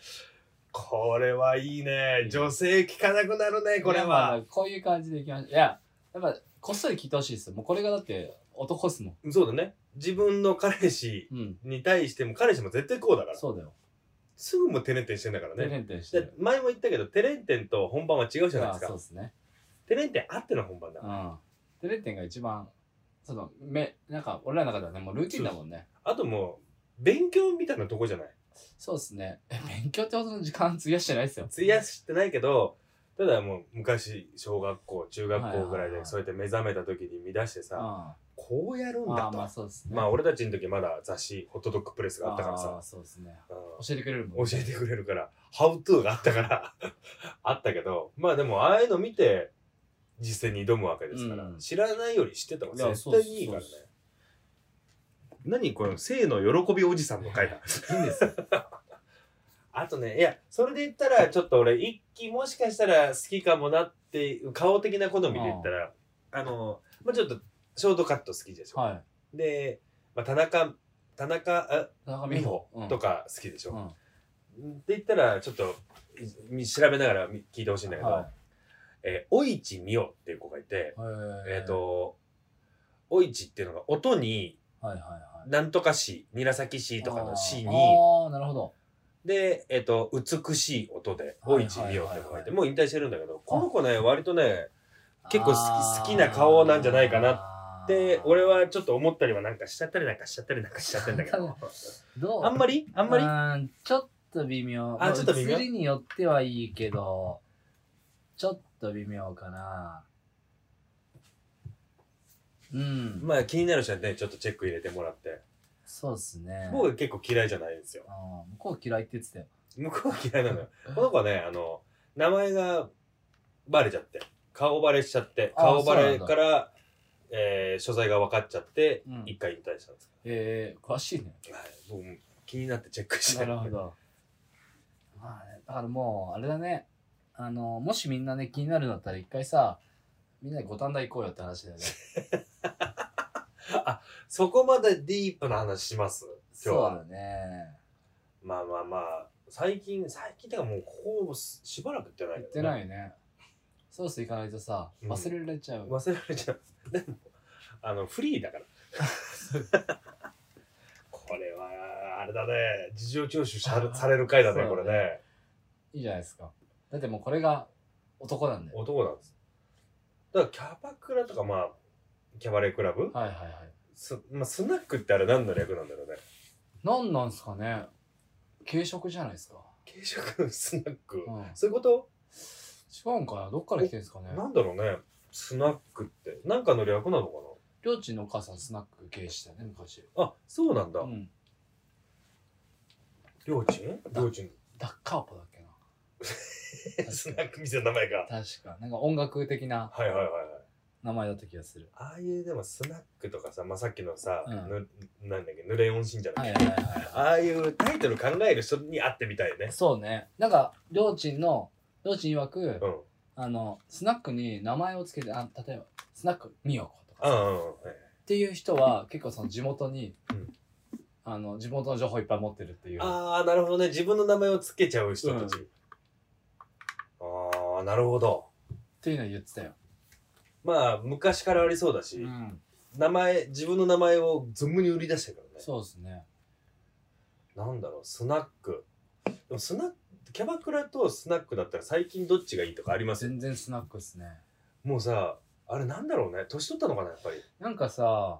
B: これはいいね女性聞かなくなるね [LAUGHS] これ
C: いやまあ
B: は
C: こういう感じでいきましょういややっぱこっそり聞いてほしいですよもうこれがだって男っすもん
B: そうだね自分の彼氏
C: うん
B: に対しても彼氏も絶対こうだから
C: そうだよ
B: すぐもうテレンテンしてんだからね
C: テレンテンして
B: で
C: る
B: 前も言ったけどテレンテンと本番は違うじゃない
C: ああ
B: です
C: そう
B: か
C: ですね
B: テレンテンあっての本番だ、
C: うんテレンテンが一番そのめなんか俺らの中ではねもうルーティンだもんね
B: あともう勉強みたいなとこじゃない
C: そうですね。え、勉強ってほどの時間費やしてないですよ。
B: 費やしてないけどただもう昔小学校中学校ぐら
C: は
B: い
C: いはいは
B: で
C: い
B: そうやって目覚めた時に見出してさ、
C: あ
B: こうやるん
C: あ
B: だ
C: まあ
B: と
C: まあ
B: ま
C: そうですね。
B: あ俺たちの時まだ雑誌「ホットドッグプレス」があったから
C: あ
B: さ
C: あ、そうですね。
B: うん
C: 教えてくれるもん、
B: 教えてくれるから「ハウトゥー」があったから [LAUGHS] あったけどまあでもああいうの見て実践に挑むわけですから、
C: うん
B: 知らないより知ってた方
C: い
B: が
C: や
B: 絶対にいいからね
C: そうそうそ
B: 何この性の喜びおじさんの回だ
C: いいんですよ。
B: [LAUGHS] あとねいやそれで言ったらちょっと俺一期もしかしたら好きかもなっていう顔的な好みで言ったらあのまあちょっとショートカット好きでしょ、
C: はい。
B: で、まあ、田中田中あ
C: 田中
B: 美
C: 美
B: 穂
C: 穂
B: とか好きでしょ、
C: うんうん
B: って言ったらちょっとみ調べながらみ聞いてほしいんだけど、
C: は
B: えー、おいちみよっていう子がいて、
C: い
B: えっ、、とおいちっていうのが音に
C: はいはいはい。
B: なんとかし紫しとかのしに
C: あーあー、なるほど。
B: で、えっと美しい音でおいちみよって子がいてもう引退してるんだけどこの子ね割とね結構好き
C: あー
B: 好きな顔なんじゃないか
C: な
B: で俺はちょっと思ったりはなんかしちゃったりなんかしちゃったりなんかしちゃってんだけど
C: どう
B: あんまりあんまり
C: りちょっと微妙。
B: あちょっと微妙
C: ま映りによってはいいけど、ちょっと微妙かな。うん。
B: まあ気になる人はねちょっとチェック入れてもらって
C: そうですね。
B: 僕結構嫌いじゃないんですよ
C: あー向こう嫌いって言ってたよ。
B: 向こうは嫌い
C: [LAUGHS]
B: なのよこの子はねあの名前がバレちゃって顔バレしちゃって
C: あ
B: 顔バレ
C: そうなんだ
B: から、えー所在が分かっちゃって
C: うん
B: 一、回引退したんです
C: えー、詳しいね。
B: けど、はい、僕も気になってチェックして
C: なるほど。まあね、だからもう、あれだね。あの、もしみんなね、気になるんだったら一回さ、みんなで五反田行こうよって話だよね。
B: そこまでディープな話します今日
C: そう
B: は
C: だね。
B: まあまあまあ最近最近だからもうここししばらく行ってない
C: 行
B: よ
C: ってないよね。ソース行かないとさ、
B: うん
C: 忘れられちゃう。
B: 忘れられちゃうでもあのフリー
C: [LAUGHS]
B: だからこれはあれだね事情聴取されされる回だね
C: そう
B: こ
C: だね
B: れね
C: いいじゃないですか。だってもうこれが男なんだよ。
B: 男なんですだからキャバクラとかまあキャバレークラブ、
C: はいはいはい。
B: すまあ、スナックってあれ何の略なんだろうね
C: なんなんすかね。軽食じゃないですか。
B: 軽食のスナック、
C: うん。
B: そういうこと、
C: 違うんかなどっから来てんすかね。
B: なんだろうねスナックってなんかの略なのか
C: りょうちんのお母さんスナック経営してたよね、昔。
B: なあそうなんだ、
C: うん。
B: りょうちんりょうちん
C: ダッカーポだっけな。
B: ス
C: 確
B: ナック店の名前が
C: か確か。なんか音楽的な
B: はいはいはいはい
C: 名前だった気がする。
B: ああいうでもスナックとかさ、まあ、さっきのさ、
C: うん
B: ぬなんだっけぬれ音信じゃな
C: はい
B: い、
C: はいはい。
B: ああいうタイトル考える人に会ってみたいね
C: そうね。なんか、りょうちんの、りょうちん曰く、
B: うん
C: あの、スナックに名前をつけて、あ例えば、スナックみよことか
B: う
C: さ
B: んうんうん
C: っていう人は結構その地元に、
B: うん
C: あの地元の情報いっぱい持ってるっていう
B: ああなるほどね自分の名前をつけちゃう人たち、ああなるほど
C: っていうのを言ってたよ、
B: まあ昔からありそうだし、
C: ん、
B: 名前自分の名前を存分に売り出してるからね
C: そうですね
B: なんだろうスナックでもスナックキャバクラとスナックだったら最近どっちがいいとかあります
C: 全然スナックっすね
B: もうさあれなんだろうね年取ったのかなやっぱり
C: なんかさ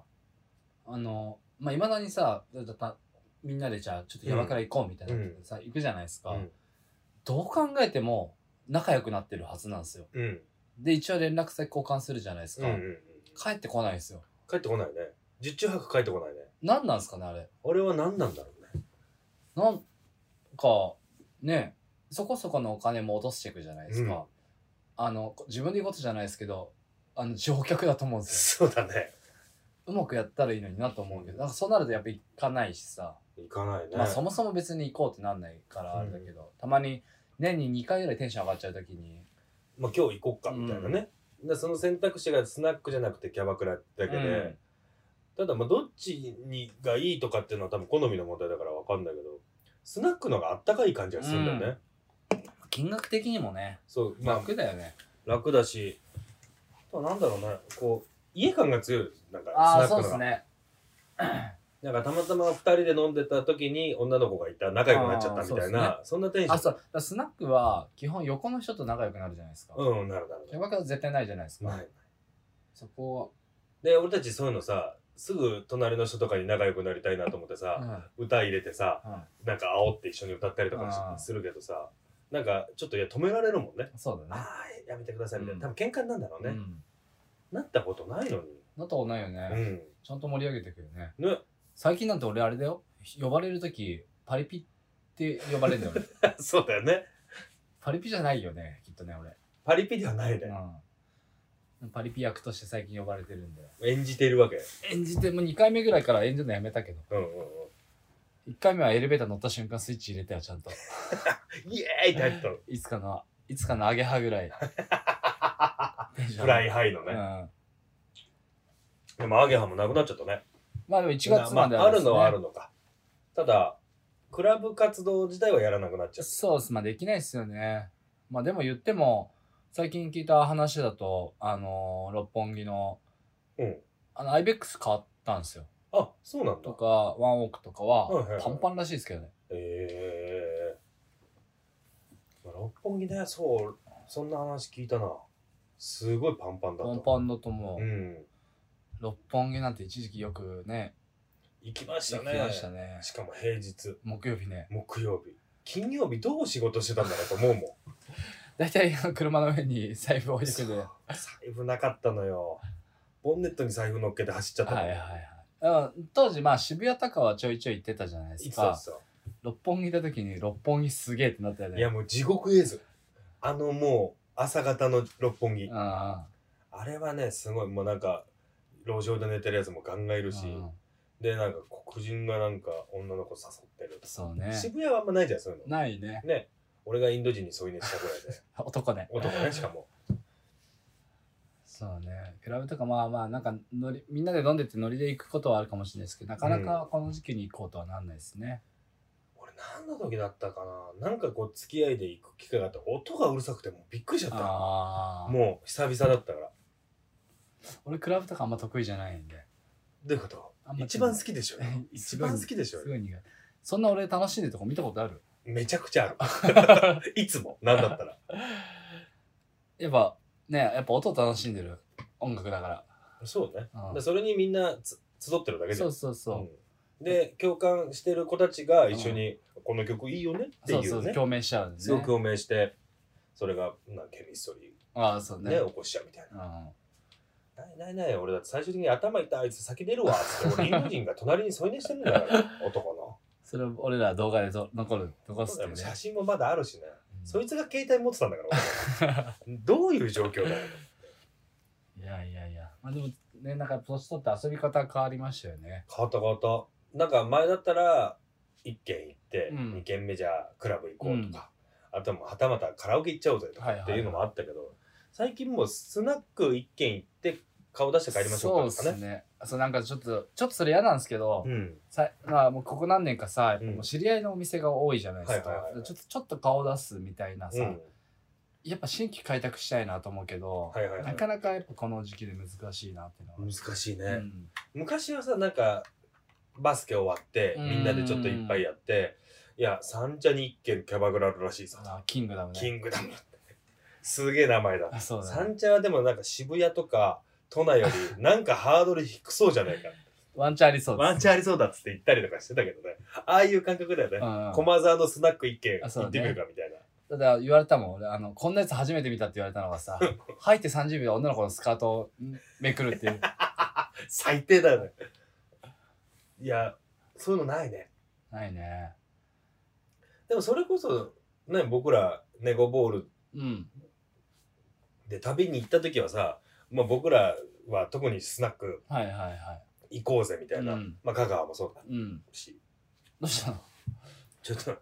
C: あのまあいまだにさだだだみんなでじゃあちょっと山から行こうみたいな
B: うん
C: さ、行くじゃないですか、
B: うん
C: どう考えても仲良くなってるはずなんですよ
B: うん
C: で一応連絡先交換するじゃないです
B: うん
C: か、
B: うんうん
C: 帰ってこないんですよ
B: 帰ってこないね十中八九帰ってこないね
C: 何なんですかねあれ
B: あれは何なんだろ
C: [LAUGHS]
B: うね
C: なんかねそこそこのお金も落としていくじゃないですか、
B: うん
C: あの自分で言うことじゃないですけどあの乗客だと思うんです
B: そうだね
C: ようまくやったらいいのになと思うけどなんかそうなるとやっぱ行かないしさ、
B: 行かないね、
C: まあ、そもそも別に行こうってなんないからあれだけど、たまに年に2回ぐらいテンション上がっちゃう時に
B: まあ、今日行こっかみたいなね、でその選択肢がスナックじゃなくてキャバクラだけで、
C: うん
B: ただまあどっちにがいいとかっていうのは多分好みの問題だから分かんないけどスナックの方があったかい感じがするんだよね、
C: うん金額的にもね
B: そうまあ
C: 楽だよね、
B: 楽だしあとはなんだろうねこう家感が強いですなんか
C: ああ
B: スナ
C: そ
B: ッ
C: うで
B: クの
C: す
B: が、
C: ね
B: なんかたまたま2人で飲んでた時に女の子がいた仲良くなっちゃったみたい
C: あ
B: なそ,、んなテンション
C: あそうだからスナックは基本横の人と仲良くなるじゃないですか、
B: うんなるなる
C: キャバクラは絶対ないじゃないですか、
B: なる、はい、
C: そこ
B: で俺たちそういうのさすぐ隣の人とかに仲良くなりたいなと思ってさ、歌入れてさ、なんか煽って一緒に歌ったりとか
C: あー
B: しするけどさなんかちょっといや止められるもんね
C: そうだね
B: ああやめてくださいみたいな、
C: うん
B: 多分喧嘩になんだろうね、
C: うん
B: なったことないのに
C: なったことないよね、
B: うん
C: ちゃんと盛り上げてくよね
B: ね
C: 最近なんて俺あれだよ呼ばれる時パリピって呼ばれるんだ
B: [LAUGHS]
C: よ俺
B: [LAUGHS] そうだよね
C: パリピじゃないよねきっとね俺、
B: パリピではないね、
C: うん、パリピ役として最近呼ばれてるんだよ
B: 演じているわけ
C: 演じてもう2回目ぐらいから演じるのやめたけど
B: うんうんうん
C: 1回目はエレベーター乗った瞬間スイッチ入れてはちゃんと
B: イエーイって入ってたの
C: いつかのいつかのアゲハぐ
B: [LAUGHS]
C: らい
B: フライハイの
C: う
B: ね、
C: ん
B: でもアゲハもなくなっちゃったね
C: まあでも1月まで
B: ある
C: ですね
B: のはあるのかただクラブ活動自体はやらなくなっちゃう
C: そうっすまあできないっすよねまあでも言っても最近聞いた話だとあのー六本木の
B: うん
C: あの IBEX 変わったんですよ
B: あそうなんだ
C: とかワンオークとか
B: はいはいは
C: はいパンパンらしいですけどね
B: ええまあ六本木ねそうそんな話聞いたなすごいパンパンだ
C: パ
B: っ
C: ン
B: た
C: パンだと思う、
B: うん
C: 六本木なんて一時期よくね
B: 行きまし
C: 行
B: た
C: き
B: ね
C: ましたね
B: しかも平日
C: 木曜日ね
B: 木曜日金曜日どう仕事してたんだろうと思
C: [LAUGHS]
B: うもん
C: 大体車の上に財布置いてく
B: そう
C: る
B: 財布なかったのよボンネットに財布乗っけて走っちゃったの
C: はいはいはい。だから当時まあ渋谷とかはちょいちょい行ってたじゃないで
B: い
C: す
B: つだっ
C: か
B: す。よ
C: 六本木いた時に六本木すげえってなったよね。
B: いやもう地獄絵図あのもう朝方の六本木、
C: うん
B: あれはねすごいもうなんか路上で寝てるやつもガンガンいるし、
C: うんうん
B: でなんか黒人がなんか女の子誘ってるとか、
C: そうね。
B: 渋谷はあんまないじゃんそういうの
C: ないね。
B: ね俺がインド人に添い寝したぐらいで
C: [LAUGHS] 男ね。
B: 男ねしかも
C: そうね。クラブとかまあまあなんかノリみんなで飲んでってノリで行くことはあるかもしれないですけど、なかなかこの時期に行こうとはなんないですね。
B: 俺何の時だったかななんかこう付き合いで行く機会があって音がうるさくてもうびっくりしちゃった
C: ああ。
B: もう久々だったから
C: 俺クラブとかあんま得意じゃないんで。
B: どういうこと
C: あんま
B: 一番好きでしょ
C: す
B: 一
C: ごい
B: 番好きでしょ
C: すごい苦い。そんな俺楽しんでるとこ見たことある
B: めちゃくちゃ
C: [LAUGHS]
B: あるいつもなんだったら
C: やっぱね、やっぱ音楽しんでる音楽だから。
B: そうね
C: うん
B: でそれにみんなつ集ってるだけじゃ
C: そ
B: ん
C: うそうそう。
B: うんで共感してる子たちが一緒に「この曲いいよね」って
C: そう
B: い
C: そうう、
B: ね
C: 共鳴しちゃうんです
B: すご
C: ね
B: く。共鳴してそれがなケミストリ
C: ああ、そう
B: ー
C: ね。
B: ね起こしちゃうみたい
C: うん
B: な「ないないない俺だって最終的に頭痛いあいつ先出るわ」つって俺インド人が隣に添い寝してるんだから [LAUGHS] 男の
C: それを俺ら動画でと残る、残すっ
B: そう
C: て
B: だ
C: いう
B: よ
C: ね。
B: 写真もまだあるしね
C: うん
B: そいつが携帯持ってたんだ
C: [LAUGHS]
B: から俺どういう状況だよ
C: いやいやいや。まあでも、ね、なんか年取って遊び方変わりましたよね。
B: 変わった変わったなんか前だったら1軒行って、
C: うん
B: 2軒目じゃあクラブ行こうとか、あとはもうはたまたカラオケ行っちゃおうぜとか
C: はいはい
B: っていうのもあったけど、最近もうスナック1軒行って顔出して帰りましょうかと
C: そう
B: か
C: っす
B: ね
C: ね。そう、なんかちょっと、ちょっとそれ嫌なんですけど、
B: うん
C: さまあもうここ何年かさ、やっぱもううん知り合いのお店が多いじゃないですか
B: はいはいはい。はい
C: ちょっと、ちょっと顔出すみたいなさ、
B: うん
C: やっぱ新規開拓したいなと思うけど、
B: はいはいはい
C: なかなかやっぱこの時期で難しいなっていうのは。
B: 難しいうね、
C: ん
B: 昔はさなんかバスケ終わって
C: うん
B: みんなでちょっといっぱいやって、いや三茶に1軒キャバクラあるらしいさ、
C: あキングダムね。
B: キングダムすげえ名前だ
C: あそうだね
B: 三茶はでもなんか渋谷とか都内
C: [LAUGHS]
B: よりなんかハードル低そうじゃないか
C: ワンチャンありそうです。
B: ワンチャンありそうだっつって行ったりとかしてたけどねああいう感覚だよね、
C: うんうん
B: 駒沢のスナック一軒
C: あそうだ
B: 行って
C: ね
B: みるかみたいな、
C: ただ言われたもん俺あのこんなやつ初めて見たって言われたのが
B: [LAUGHS]
C: さ入って30秒で女の子のスカートをめくるっていう
B: 最低だよねいやそういうのないね
C: ないね
B: でもそれこそね僕らネゴボール
C: うん
B: で旅に行った時はさ、まあ、僕らは特にスナック
C: はいはいは
B: 行こうぜみたいな、
C: うん
B: まあ香川もそうだ
C: いうん
B: し
C: どうしたの
B: ちょっと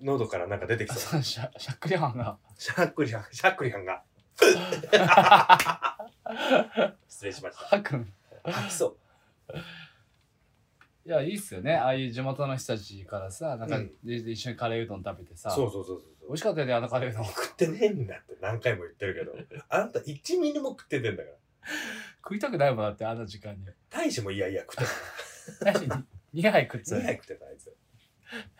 B: 喉からなんか出てき
C: あ
B: そう
C: そうしゃしゃっくりはんが
B: シャークリハン、シャークリハ
C: [LAUGHS]
B: ンが。失礼しまし
C: はくん
B: た。吐きそう。
C: いやいいっすよねああいう地元の人たちからさなんか、
B: うん
C: でで一緒にカレーうどん食べてさ
B: そうそうそう
C: 美
B: そう。
C: 味しかったよねあのカレーうどん [LAUGHS]
B: 食ってねえんだって何回も言ってるけど、あんた一ミリも食っててんだから。
C: 食いたくないもんだってあの時間に
B: 大使もいやいや食って
C: 何に2杯食って
B: た。
C: た
B: 2杯
C: よ
B: 食ってたあいつ。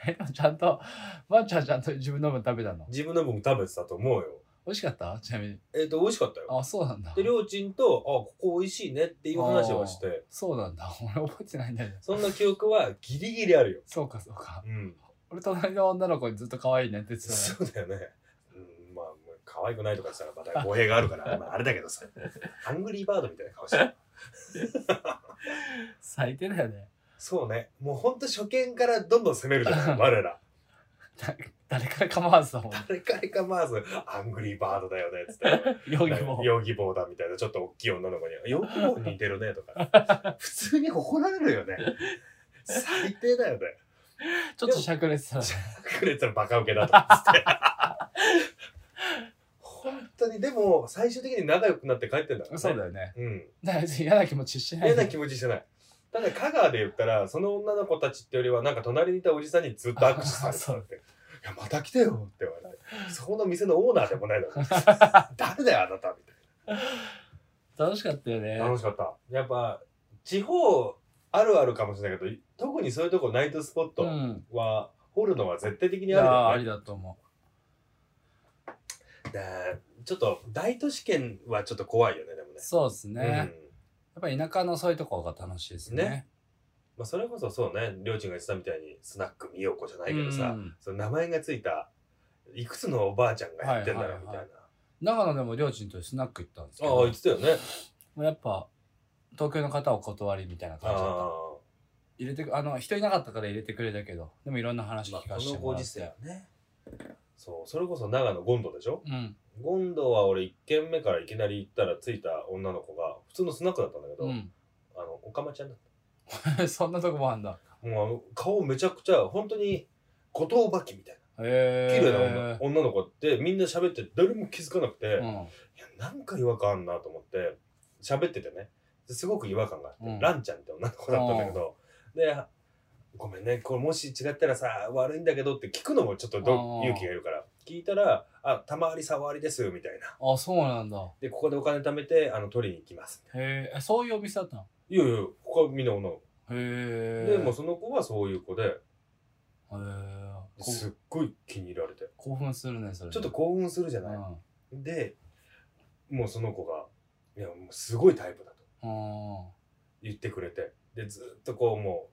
C: えでもちゃんとワンちゃんちゃんと自分の分食べたの
B: 自分の分も食べてたと思うよ。
C: 美味しかったちなみに。
B: えっ、と、美味しかったよ。
C: あ、そうなんだ
B: で、。りょうちんと、あ、ここ美味しいねっていう話をして、
C: そうなんだ。俺覚えてないんだよ。
B: そんな記憶はギリギリあるよ。
C: そうかそうか。
B: うん。
C: 俺隣の女の子にずっと可愛いねって言ってたね
B: そうだよね。うん、まあ、可愛くないとか言ったらまた語弊がある [LAUGHS] から、まあ、あれだけどさ。ハングリーバードみたいな顔して [LAUGHS] る。
C: 最低だよね。
B: そうね。もうほんと初見からどんどん攻めるじゃ [LAUGHS] ない我ら。
C: だ誰から構わずだもん。
B: 誰からかまず、ハングリーバードだよね、つって。
C: 容疑も。
B: ヨギボーだ [LAUGHS] みたいなちょっと大きい女の子 [LAUGHS] に「ヨギボーに似てるね」と [LAUGHS] か普通に怒られる [LAUGHS] よね最低だよね
C: ちょっとしゃくれてたら。
B: くれたらバカウケだとかっつって本当にでも最終的に仲良くなって帰ってんだからね
C: そうだよね。
B: うん
C: [LAUGHS] だから別に嫌な気持ちしてない。
B: 嫌な気持ちしてないただ香川で言ったらその女の子たちってよりはなんか隣にいたおじさんにずっと握手 [LAUGHS] されてたって「いやまた来てよ」って言われてそこの店のオーナーでもないのに「誰だよあなた」みたいな。
C: 楽しかったよね。
B: 楽しかったやっぱ地方あるあるかもしれないけど特にそういうとこナイトスポッ
C: う
B: ト
C: ん。
B: は掘るのは絶対的
C: い
B: にある
C: やあ
B: よ
C: り
B: ね、
C: だと思
B: だちょっと大都市圏はちょっと怖いよねでも
C: う。
B: ね
C: そうですね。や
B: う
C: っ
B: ん
C: ぱり田舎のそういうとこが楽しいですね。
B: ねまあ、それこそそうねりょうちんが言ってたみたいにスナックみよこじゃないけどさ、
C: うん
B: その名前がついたいくつのおばあちゃんがやってんだろ
C: は
B: う
C: い
B: み
C: は
B: た
C: い
B: い
C: は
B: な、
C: い長野でも両親とスナック行ったんですけ
B: ああ
C: ど
B: 言っ、てたよね
C: もうやっぱ東京の方お断りみたいな
B: あ
C: 感じだった。
B: あ
C: 入れてくあの人いなかったから入れてくれたけど、でもいろんな話
B: まあ
C: 聞か
B: こ
C: せて
B: の
C: も
B: ご
C: ら
B: 時
C: っ
B: 世
C: て
B: は。ねそうそれこそ長野権ンドでしょ
C: うん。
B: ゴンドは俺1軒目からいきなり行ったら着いた女の子が普通のスナックだったんだけど、
C: う
B: あのおかまちゃんだっ
C: ん。 [LAUGHS] そんなとこもあんだ。
B: たもうあの顔めちゃくちゃ本当に後藤ばきみたいな
C: へえ。
B: 綺麗な女,、女の子ってみんな喋って誰も気づかなくて、いやなんか違和感あんなと思って喋っててねですごく違和感があって、
C: うん
B: ランちゃんって女の子だったんだけど、でごめんねこれもし違ったらさ悪いんだけどって聞くのもちょっとど
C: あー
B: 勇気がいるから聞いたら「あ賜り触りです」みたいな。
C: うん。あ、そうなんだ。
B: で、ここでお金貯めて、あの、取りに行きます。
C: へえ。そういうお店だったの
B: いやいや、他みんな女の
C: へ
B: 子。
C: え。
B: で、もうその子はそういう子で、
C: へえ。こ
B: すっごい気に入られて。
C: 興奮するね、それ。
B: ちょっと興奮するじゃ
C: う
B: ない。
C: ん。
B: で、もうその子が、いや、もうすごいタイプだ
C: う
B: と
C: ん。
B: 言ってくれて、で、ずっとこう、も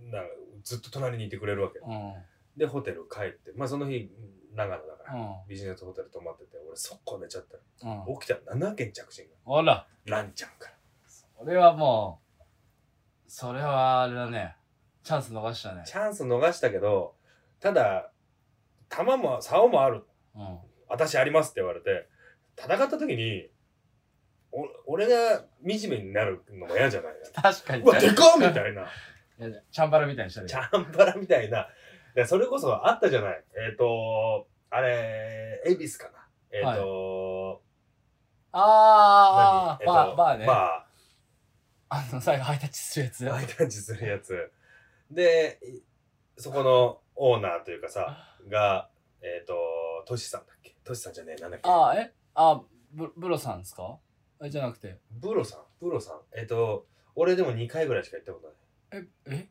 B: う、なんかずっと隣にいてくれるわけ。
C: うん。
B: で、ホテル帰って、まあその日、長野だか
C: う
B: ら、ビジネスホテル泊まってて、俺、速攻寝ちゃったの。
C: ん。うん。
B: 起きたら7件着信が。
C: あら。
B: ランちゃんから。
C: それはもう、それはあれだね。チャンス逃したね。
B: チャンス逃したけど、ただ、球も、竿もある。
C: うん。
B: 私ありますって言われて、戦った時に、お俺が惨めになるのも嫌じゃない
C: 確かに。
B: [LAUGHS] うわ、でかっみ
C: い
B: た [LAUGHS] いな。
C: やチャンバラみたいにしたね。
B: チャンバラみたいな。でそれこそあったじゃない。えっ、と、あれ、恵比寿かな。えっ、と、
C: あーあー、バ
B: 何えっ
C: ー、
B: と
C: バーね。
B: バ
C: あの、最後ハイタッチするやつ。
B: ー。ハイタッチする
C: [LAUGHS]
B: やつ。で、いそこのオーナーというかさ、が、えっ、と、トシさんだっけトシさんじゃねえ、なんだっけ
C: ああ、えあブ、ブロさんですかえ、じゃなくて。
B: ブロさんブロさんえっ、と、俺でも2回ぐらいしか行ったことない。
C: え、え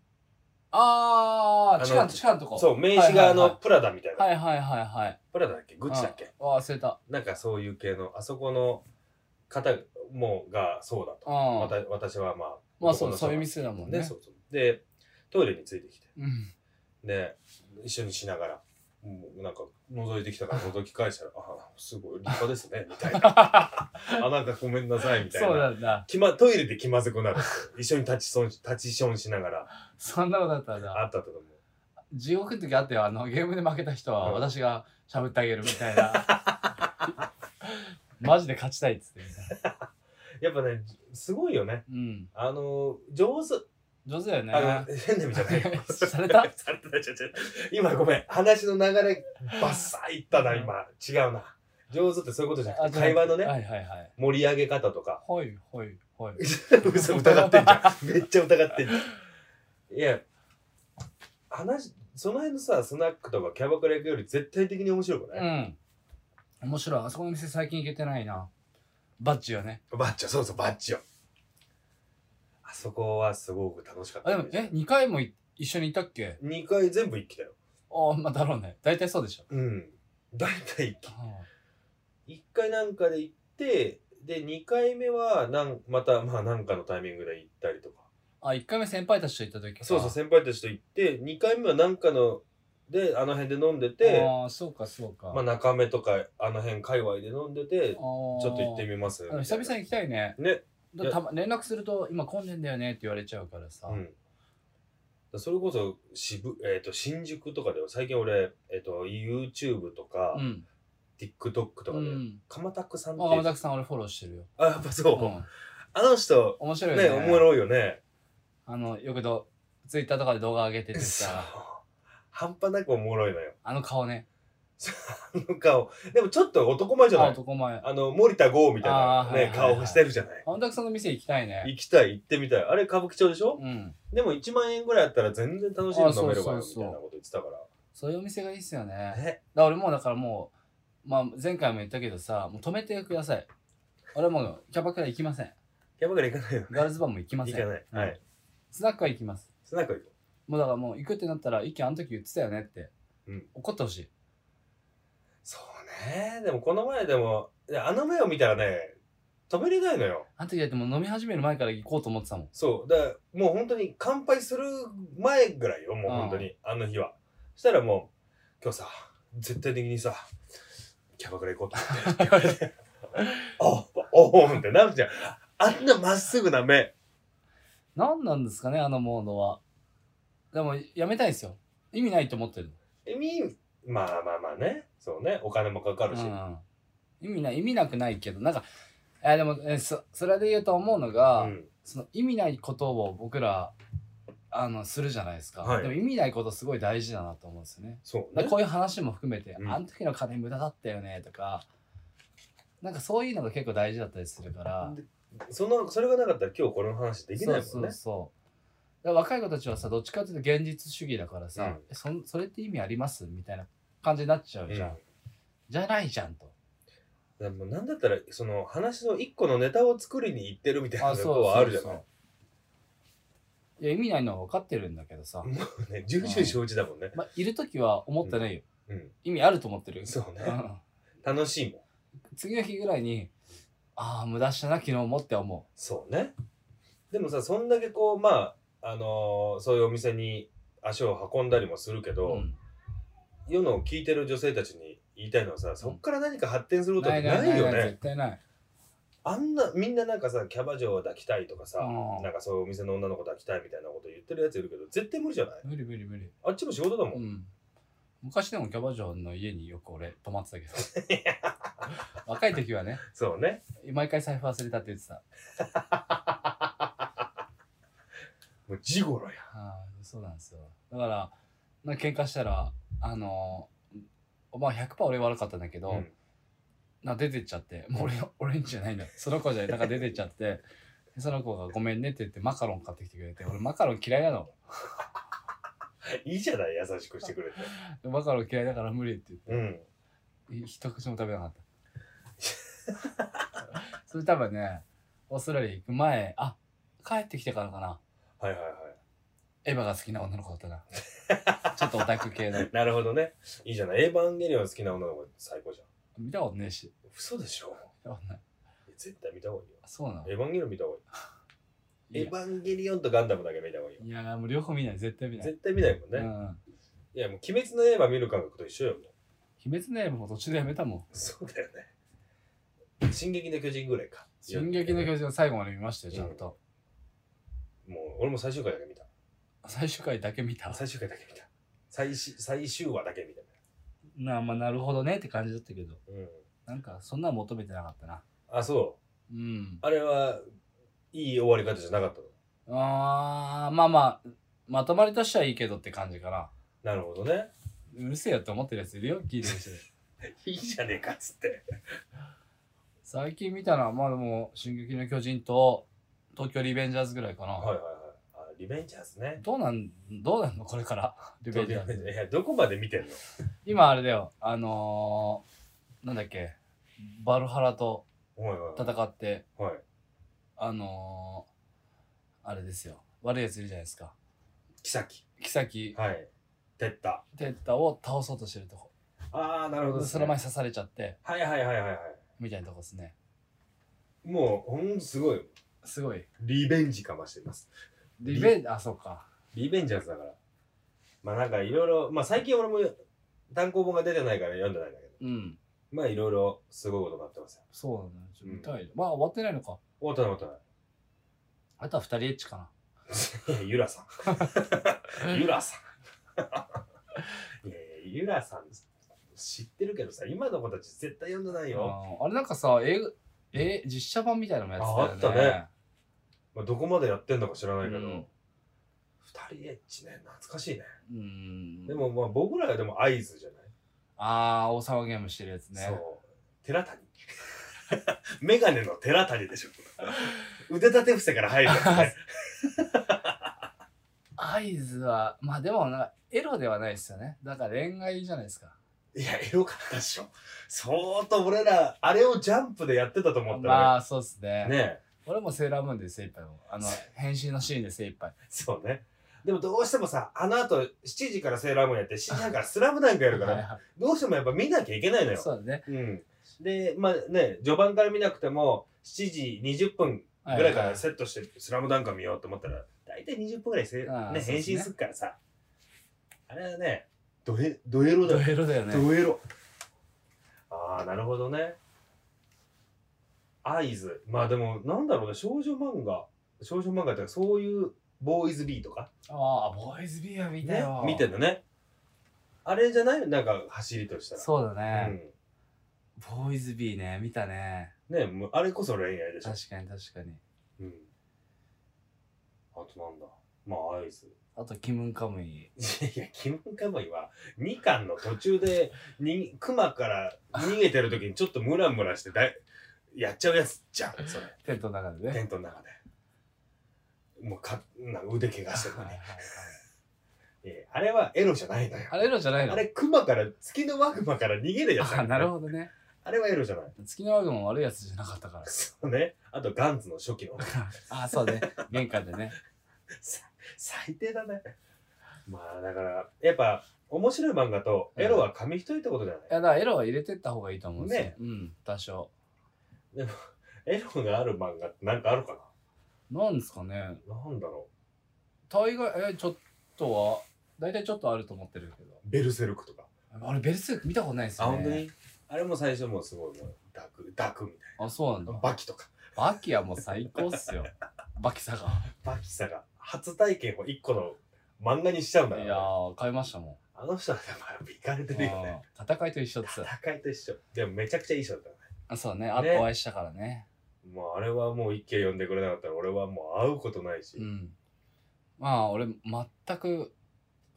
C: あ
B: あ
C: あ、
B: の
C: 地下、地下のとこ。
B: そう、名刺があの、
C: はい
B: プラダみたいな。
C: はいはいはいはい。
B: プラダだっけグッチだっけ
C: ああ忘れた。
B: なんかそういう系の、あそこの方もがそうだ
C: う
B: と。
C: ん。
B: わた私はまあ、
C: まあそう、
B: 男
C: そう
B: の人だ
C: いう店だもん
B: ね
C: ね。
B: そうそう。で、トイレについてきて、
C: うん。
B: で、一緒にしながら、もうなんか覗いてきたから覗き返したら、あすごい立派ですね、みたい
C: [LAUGHS]
B: な。あ、なんかごめんなさい、みたい
C: そうな
B: な。
C: んだ。
B: 気ま、トイレで気まずくなるんですよ。一緒に立ちそん、立ちションしながら、
C: そんなことだったん
B: あ
C: だ。
B: ったと思う。
C: 地獄の時あったよ。あの、ゲームで負けた人は
B: うん
C: 私が喋ってあげるみたいな。
B: [LAUGHS]
C: マジで勝ちたいっつって。
B: やっぱね、すごいよね。
C: うん。
B: あの、上手。
C: 上手だよね。。
B: あの、変な意味じゃないよ
C: された
B: [LAUGHS] された違う違う今ごめん。話の流れ、バッサーいったな、今。違うな。上手ってそういうことじゃな
C: あ
B: くて、会話のね、
C: はいはいはい。
B: 盛り上げ方とか。
C: ほいほいほい。
B: [LAUGHS] 嘘疑ってんじゃん。めっちゃ疑ってんじゃん。いや、話、その辺のさ、スナックとかキャバクラ行くより絶対的に面白く
C: う
B: ない、
C: ん。面白い。あそこの店最近行けてないな。バッチよね。
B: バッチョ、そうそう、バッチョ。あそこはすごく楽しかった
C: あ、でも、え、2回もい一緒にいたっけ
B: ?2 回全部行きたよ。
C: ああ、まあだろうね。大体そうでしょ。
B: うん。大体行き。 1回なんかで行ってで2回目はなんまたまあなんかのタイミングで行ったりとか
C: あ、1回目先輩たちと行った時か。
B: そうそう先輩たちと行って2回目はなんかのであの辺で飲んでて
C: ああ、そうか、そうか。
B: まあ、
C: あ
B: 中目とかあの辺界隈で飲んで
C: ー、
B: てち
C: ち
B: ょ
C: ょ
B: っと行ってみますみ
C: あの久々に行きたいね。
B: ね
C: だたま連絡すると、今混んでんだよねって言われちゃうからさ。
B: うん、だそれこそ渋、えー、と新宿とかでは最近俺、えー、と YouTube とか、
C: うん。
B: TikTok とかで、
C: うん。
B: 鎌田区さんって
C: あ、山崎さん俺フォローしてるよ。
B: あやっぱそう
C: ん。
B: う、あの人
C: 面白いよ
B: ね
C: ね。
B: おもろいよね
C: あの、よくど、ツイッターとかで動画上げててさ、
B: そう半端なくおもろいのよ [LAUGHS]
C: あの顔ね。
B: あの顔でもちょっと男前じゃな
C: あ、
B: い
C: 男前。
B: あの森田剛みたい
C: あ
B: な、
C: ー
B: ね
C: はいはいはい
B: 顔してるじゃない
C: 山崎さんの店行きたいね。
B: 行きたい行ってみたいあれ歌舞伎町でしょ、
C: うん。
B: でも1万円ぐらいあったら全然楽しいの飲めるわよ
C: あそうそう
B: み
C: そう
B: たいなこと言ってたから
C: そういうお店がいいっすよね。だか
B: え
C: ら俺もうだからもう、まあ前回も言ったけどさ、もう止めてください。俺もうキャバクラ行きません。
B: キャバクラ行かないよ
C: ガールズバーも行きませ
B: 行
C: ん。
B: かない、
C: うん
B: はい
C: スナックは行きます。
B: スナック行こ
C: もうだからもう行くってなったら、意見あの時言ってたよねって。
B: うん
C: 怒ってほしい。
B: うそうねでもこの前でもいやあの目を見たらね止めれないのよ
C: あの時だってもう飲み始める前から行こうと思ってたもん。
B: そうだからもう本当に乾杯する前ぐらいよもう本当にあの日はそしたらもう今日さ絶対的にさキャバクラ行こうと思ってって言われて [LAUGHS] おおおってなるじゃんあんなまっすぐな目
C: 何なんですかね、あのモードは。でも、やめたいですよ。意味ないと思ってる。
B: えみまあまあまあねそうねお金もかかるし、
C: うん、意味ない、意味なくないけど、なんか、えでも、えそ、それで言うと思うのが、
B: うん
C: その意味ないことを僕ら、あの、するじゃないですか。
B: はい
C: でも意味ないことすごい大事だなと思うんですよね。
B: そう
C: だ
B: ね
C: からこういう話も含めて、
B: うん
C: あの時の金無駄だったよねとかなんかそういうのが結構大事だったりするから
B: でそのそれがなかったら今日この話できないもんね
C: そうそうそうだから若い子たちはさどっちかっていうと現実主義だからさ、
B: うん
C: えそんそれって意味ありますみたいな感じになっちゃうじゃん、じゃないじゃん
B: [LAUGHS]
C: と
B: うん、でもなんだったらその話の一個のネタを作りに行ってるみたいなとこはあるじゃない
C: いや意味ないのは分かってるんだけどさ、
B: ね重々承知だもんね
C: まあ、いる時は思ってないよ、
B: うん
C: 意味あると思ってる
B: そうね
C: ん
B: 楽しいもん
C: 次の日ぐらいにああ無駄したな昨日もって思
B: そうねでもさそんだけこうまああのーそういうお店に足を運んだりもするけ
C: う、
B: ど、
C: うん
B: 世の聞いてる女性たちに言いたいのはさそっから何か発展することってないよね
C: 絶対ない
B: あんなみんななんかさキャバ嬢を抱きたいとかさ、
C: うん
B: なんかそういうお店の女の子抱きたいみたいなこと言ってるやついるけど絶対無理じゃない
C: 無理無理無理
B: あっちも仕事だもん、
C: うん昔でもキャバ嬢の家によく俺泊まってたけど
B: [LAUGHS]
C: 若い時はね
B: そうね
C: 毎回財布忘れたって言ってた
B: もう地頃や
C: あーそうなんですよだからなんか喧嘩したらあのーまあ100%俺悪かったんだけど、
B: うん
C: なんか出てっちゃってもう俺俺んじゃないんだその子じゃないなんか出てっちゃってその子が「ごめんね」って言ってマカロン買ってきてくれて俺マカロン嫌いなの
B: いいじゃない優しくしてくれて
C: マカロン嫌いだから無理って言って
B: うん
C: 一口も食べなかった [LAUGHS] それ多分ねオーストラリア行く前あ帰ってきてからかな
B: はいはいは
C: エヴァが好きな女の子だったなちょっとオタク系の
B: いなるほどねいいじゃないエヴァンゲリオン好きな女の子最高じゃん
C: 見たことねえし
B: 嘘でしょ
C: 見たことない
B: 絶対見た方がいいよ
C: そうなの
B: エヴァンゲリオン見た方がいい
C: い
B: エヴァンゲリオンとガンダムだけ見た方がいいよ
C: やいやもう両方見ない絶対見ない
B: 絶対見ないもんね、
C: うん
B: いやもう鬼滅の刃見る感覚と一緒よもう
C: 鬼滅の刃も途中でやめたもん
B: そうだよね進撃の巨人ぐらいか
C: 「進撃の巨人」の最後まで見ましたよちゃんと、
B: もう俺も最終回だけ見た
C: 最終回だけ見た
B: 最終回だけ見た最し最終話だけ見た、
C: なあまあなるほどねって感じだったけど
B: うん、
C: なんかそんなの求めてなかったな
B: あそう
C: うん
B: あれはいい終わり方じゃなかったの
C: あーまあまあまとまりとしてはいいけどって感じかな
B: なるほどね
C: うるせえよって思ってるやついるよ聞いてる
B: [LAUGHS]
C: 人で
B: いいじゃねえかっつって
C: 最近見たのはまあでも「進撃の巨人」と「東京リベンジャーズ」ぐらいかな、
B: はいはいはいあリベンジャーズね
C: どうなんどうなんのこれからリベンジャーズ
B: いやどこまで見てんの
C: 今あれだよあのー、なんだっけバルハラと
B: おいおい
C: 戦って
B: はい
C: あのー、あれですよ悪いやついるじゃないですか
B: キ
C: 妃
B: はい撤退
C: テッタを倒そうとしてるとこ
B: ああなるほど、
C: その前に刺されちゃって
B: はいはいはいはいはい
C: みたいなとこですね。
B: もうほんとすごいよ
C: すごい。
B: リベンジかましてます
C: リベンあ、そうか。
B: リベンジャーズだからまあなんかいろいろまあ最近俺も単行本が出てないから読んでないんだけど
C: うん。
B: まあいろいろすごいことになってますよ
C: そうだね。ちょっと見たい、まあ終わってないのか。
B: 大人大人
C: あとは二人エッチかな。
B: いやゆらさ
C: [LAUGHS]
B: ん [LAUGHS] ゆらさんいやいやゆらさん知ってるけどさ今の子たち絶対読んでないよ、
C: あーあれなんかさ、映画、え実写版みたいなのもやってたよね。
B: ああまあ、どこまでやってんのか知らないけど、
C: う
B: 二
C: ん
B: 人エッチね懐かしいね、
C: うん。
B: でもまあ僕らがでも合図じゃない
C: ああ、大騒ぎゲームしてるやつね。
B: そう。寺谷。 [LAUGHS] メガネの寺谷でし
C: [LAUGHS]
B: ょ。腕立て伏せから入るやつね。
C: 合図は、まあでもなんか、エロではないですよね。だから恋愛じゃないですか。
B: いや、エロかったでしょ。相当俺ら、あれをジャンプでやってたと思ったら
C: まあ、そうですね
B: ね。ね
C: 俺もセーラームーンで精一杯も。あの、変身のシーンで精一杯。
B: そうね。でもどうしてもさ、あの後7時からセーラームーンやって、7時半からスラムダンクやるか
C: はい
B: ら、
C: は
B: どうしてもやっぱ見なきゃいけないの
C: い
B: よ。
C: そうだね。
B: うん。で、まあね、序盤から見なくても、7時20分
C: はい
B: ぐらいか
C: は
B: ら
C: い
B: セットして、スラムダンク見ようと思ったら、大体20分ぐらいせ、
C: ああ
B: ね、
C: そう
B: 変
C: ですね
B: 身するからさ。あれはね、ドエ、ドエロだ
C: ド
B: よ。
C: エロだよね。
B: ドエロ。ああ、なるほどね。アイズ。まあでも、なんだろうね、少女漫画。少女漫画ってかそういう、ボーイズビーとか。
C: ああ、ボーイズビーは見た
B: ね
C: よ。、
B: 見てんだね。あれじゃないなんか、走りとしたら。
C: そうだ
B: う
C: ね、
B: ん
C: ボーイズビーね、見たね。
B: ねもうあれこそ恋愛でしょ。
C: 確かに確かに。
B: うん。あとなんだ。まあ、アイズ。
C: あと、キムンカムイ。
B: [LAUGHS] いや、キムカムイは2巻の途中でに熊から逃げてる時にちょっとムラムラしてだいやっちゃうやつじゃん、それ。
C: テントの中で
B: テ
C: ね。
B: ントの中で。もうか、なんか腕怪我してるのに
C: はいはいはい
B: えあれはエロじゃないのよ。
C: あれエロじゃないの
B: あれ、熊から、月のワグマから逃げるやつ
C: あなる
B: ど。
C: ほどね。
B: あれはエロじゃない。
C: 月のワグマも悪いやつじゃなか
B: [LAUGHS]
C: ったから。
B: そうね。あと、ガンズの初期の。
C: あそうね。玄関でね。
B: 最低だね。まあ、だから、やっぱ、面白い漫画とエロは紙一重ってことじゃない
C: いや、だからエロは入れてった方がいいと思うんですよ。
B: ね
C: うん、多少。
B: エロがある漫画ってなんかあるか
C: なんですかね。
B: ななんだろ
C: 大概、え、ちょっとは、大体ちょっとあると思ってるけど。
B: うベルセルクとか。
C: あれ、ベルセルク見たことないですよね。
B: あれも最初もうすごいもう、ダク、ダクみた
C: あ、そうなん
B: いな。
C: だ。
B: バキとか。
C: バキはもう最高っすよ。 [LAUGHS] バキサが。
B: バキさが初体験を一個の漫画にしちゃうんだか
C: いや
B: ら。
C: ー、買いましたも
B: あの人はでもやっぱ行かれ
C: ん。
B: てるよね。
C: うん戦いと一緒っつ。
B: 戦いと一緒。でもめちゃくちゃいい人だったね。
C: あそうね。あ、
B: ね
C: お会いしたからね。
B: もうあれはもう一軒呼んでくれなかったら俺はもう会うことないし。
C: うん。まあ、俺、全く、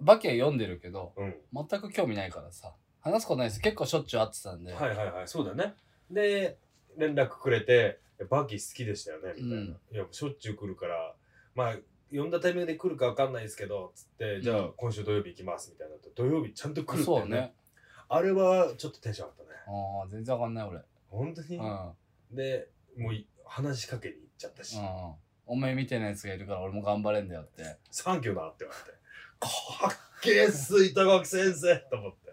C: バキは読んでるけど、
B: うん。
C: 全く興味ないからさ。話すことないです。結構しょっちゅう会ってたんで。
B: はいはいはい、そうだね。で、連絡くれて、バキ好きでしたよね、みたいな。
C: うん
B: いや、しょっちゅう来るから、まあ、呼んだタイミングで来るかわかんないですけど、つって、じゃ
C: う
B: あ
C: ん
B: 今週土曜日行きます、みたいなと。土曜日ちゃんと来るって
C: そう
B: ね。
C: ね。
B: あれはちょっとテンション上がったね。
C: ああ、全然わかんない俺。
B: 本当に、
C: うん。
B: で、もうい話しかけに行っちゃったし、
C: うん。お前みたいなやつがいるから俺も頑張れんだよって。
B: サンキューなって言われて、かっけえっす、板垣先生と思って。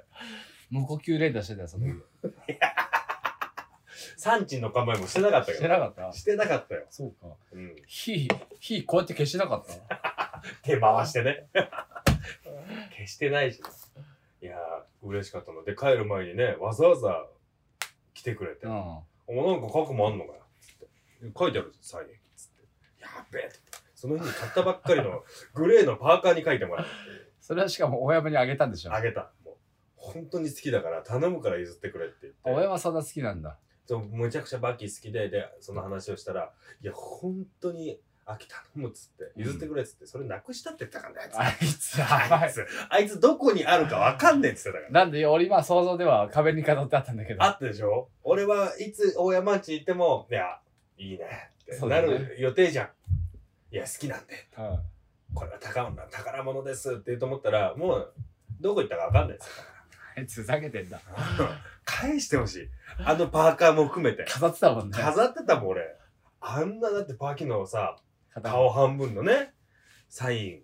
C: 無呼吸連打してたよ、その時。
B: サンチンの構えもしてなかったけど。
C: してなかった
B: してなかったよ。
C: そうか。
B: うん。
C: 火、火こうやって消してなかった
B: 手回し
C: [LAUGHS]
B: てね。消してないしね。いやー、嬉しかったので、帰る前にね、わざわざ来てくれて、
C: う
B: お
C: ん。
B: なんか書くもんあんのかよ、つって。書いてある、サイン。つって。やっべえと思って。その日に買ったばっかりのグレーのパーカーに書いてもらう
C: それはしかも親分にあげたんでしょ。
B: あげた。もう本当に好きだから頼むから譲ってくれって言って。
C: 親はそんな好きなんだ。
B: そうむちゃくちゃバッキー好きで、で、その話をしたら、いや、本当に、秋頼むっつって、譲ってくれっつって、それなくしたって言ったからね、あい
C: あ
B: つ
C: いつ、
B: あ
C: はいい。
B: つ、あいつどこにあるかわかんねえって言ってたから。
C: なんで俺今想像では壁に飾ってあったんだけど。
B: あったでしょ俺はいつ大山町行っても、いや、いいねって
C: そう
B: な
C: だね
B: る予定じゃん。いや、好きなんで、
C: うん。
B: これは宝物宝物ですって言うと思ったら、もう、どこ行ったかわかんないですよ。
C: あいつふざけてんだ。
B: 返してほしい。あのパーカーも含めて。
C: 飾ってたもんね。
B: 飾ってたもん、俺。あんなだってパーキのさ、
C: 片方
B: 顔半分のね、サイン。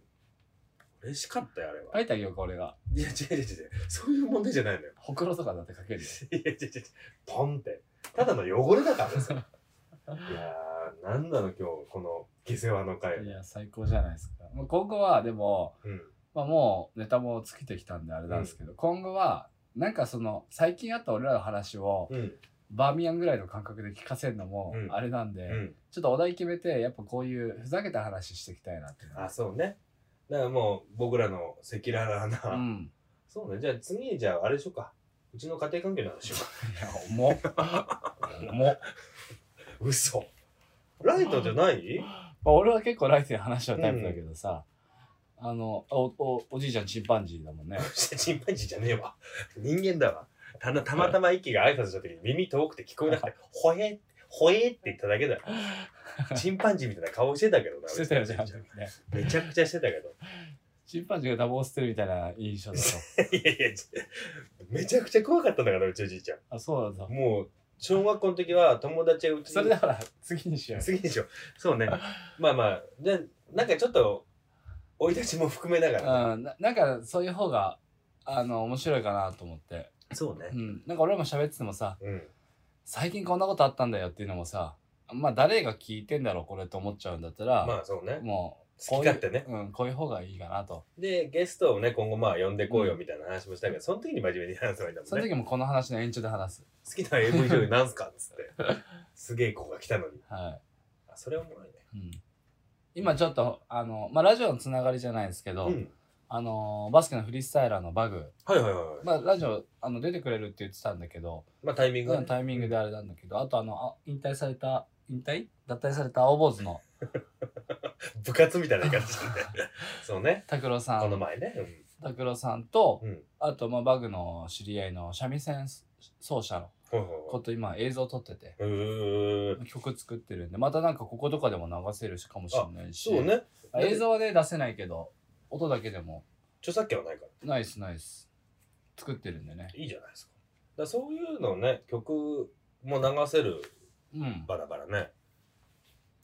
B: 嬉しかったよ、あれは。
C: 書いてあげようか、俺が。
B: いや、違う違う違う。そういう問題じゃないのよ。 [LAUGHS]
C: ほくろとかだって書けるよ。
B: いや、ちょちょちょ、ポンって。ただの汚れだからさいやーなんだの今日この下世話の回
C: いや、最高じゃないですか。もう今後は、でも、
B: うん
C: まあ、もうネタも尽きてきたんであれなんですけど、今後はなんかその最近あった俺らの話を
B: うん
C: バーミヤンぐらいの感覚で聞かせるのも
B: うん
C: あれなんで、
B: うん
C: ちょっとお題決めてやっぱこういうふざけた話していきたいなっていうのは
B: あそうねだからもう僕らの赤裸々な、
C: うん
B: そうねじゃあ次じゃああれでしょうかうちの家庭関係の話を
C: いや重っ重っ
B: 嘘ライトじゃない
C: [LAUGHS] まあ俺は結構ライトに話しちゃうタイプだけどさ、あのおおおじいちゃんチンパンジーだもんね
B: チンパンジーじゃねえわ。 [LAUGHS] 人間だわ。たなたまたま息が挨拶した時に耳遠くて聞こえなくて、ほえって、ほえって言っただけだよ。チンパンジーみたいな顔してたけどな。
C: してたよじゃんあ
B: め
C: の
B: ち
C: 時
B: ゃ
C: ね
B: めちゃくちゃしてたけど。 [LAUGHS]
C: チンパンジーがダボを捨てるみたいな印象 [LAUGHS] だと
B: いやいや、ちめちゃくちゃ怖かったんだから、うちおじいちゃん。
C: あそうなんだ
B: もう、小学校の時は友達はうちに
C: それだから次にしようよ
B: 次でしょ。そうね。まあまあ、で、なんかちょっと、生い立ちも含めながら。
C: うん、ななんかそういう方があの面白いかなと思って、
B: そう
C: う
B: ね。
C: ん、なんか俺らも喋っててもさ
B: うん。
C: 最近こんなことあったんだよっていうのもさまあ誰が聞いてんだろうこれと思っちゃうんだったら、
B: まあそうね。
C: もう
B: 好き勝手ね
C: こういううん、こういう方がいいかなと、
B: で、ゲストをね、今後まあ呼んでこうよみたいな話もしたけど、その時に真面目に話せばいいんだ
C: そ
B: もん
C: の
B: ね。
C: 時もこの話の延長で話す、
B: 好きな AV 女優なんすかっ
C: [LAUGHS]
B: つって。すげえ子が来たのに。
C: は
B: あ、それおもろいね。
C: いうん、今ちょっとあの、まあ、ラジオのつながりじゃないですけど、
B: うん。
C: あのバスケのフリースタイラーのバグ、
B: はいはいはい。ま
C: まあ、ラジオあの出てくれるって言ってたんだけど、
B: あタイミング
C: う
B: は
C: ん
B: ね
C: タイミングであれなんだけどあとあのあ引退された引退脱退された青坊主の
B: [LAUGHS] 部活みたいな言
C: [LAUGHS]
B: い方してねそうね。
C: 拓郎さ
B: この
C: ん
B: 前ね。
C: 拓郎さんと、
B: うん。うん。
C: あとまあバグの知り合いの三味線奏者の
B: ほいほい
C: こ
B: ほ
C: と今映像撮ってて
B: い。うーん。
C: 曲作ってるんでまたなんかこことかでも流せるしかもしれないし
B: そうね。
C: あ映像はね出せないけど音だけでも
B: 著作権はないから。
C: ナイスナイス作ってるんでね
B: いいじゃないですか。だからそういうのをね、曲も流せる
C: うん
B: 場だからね。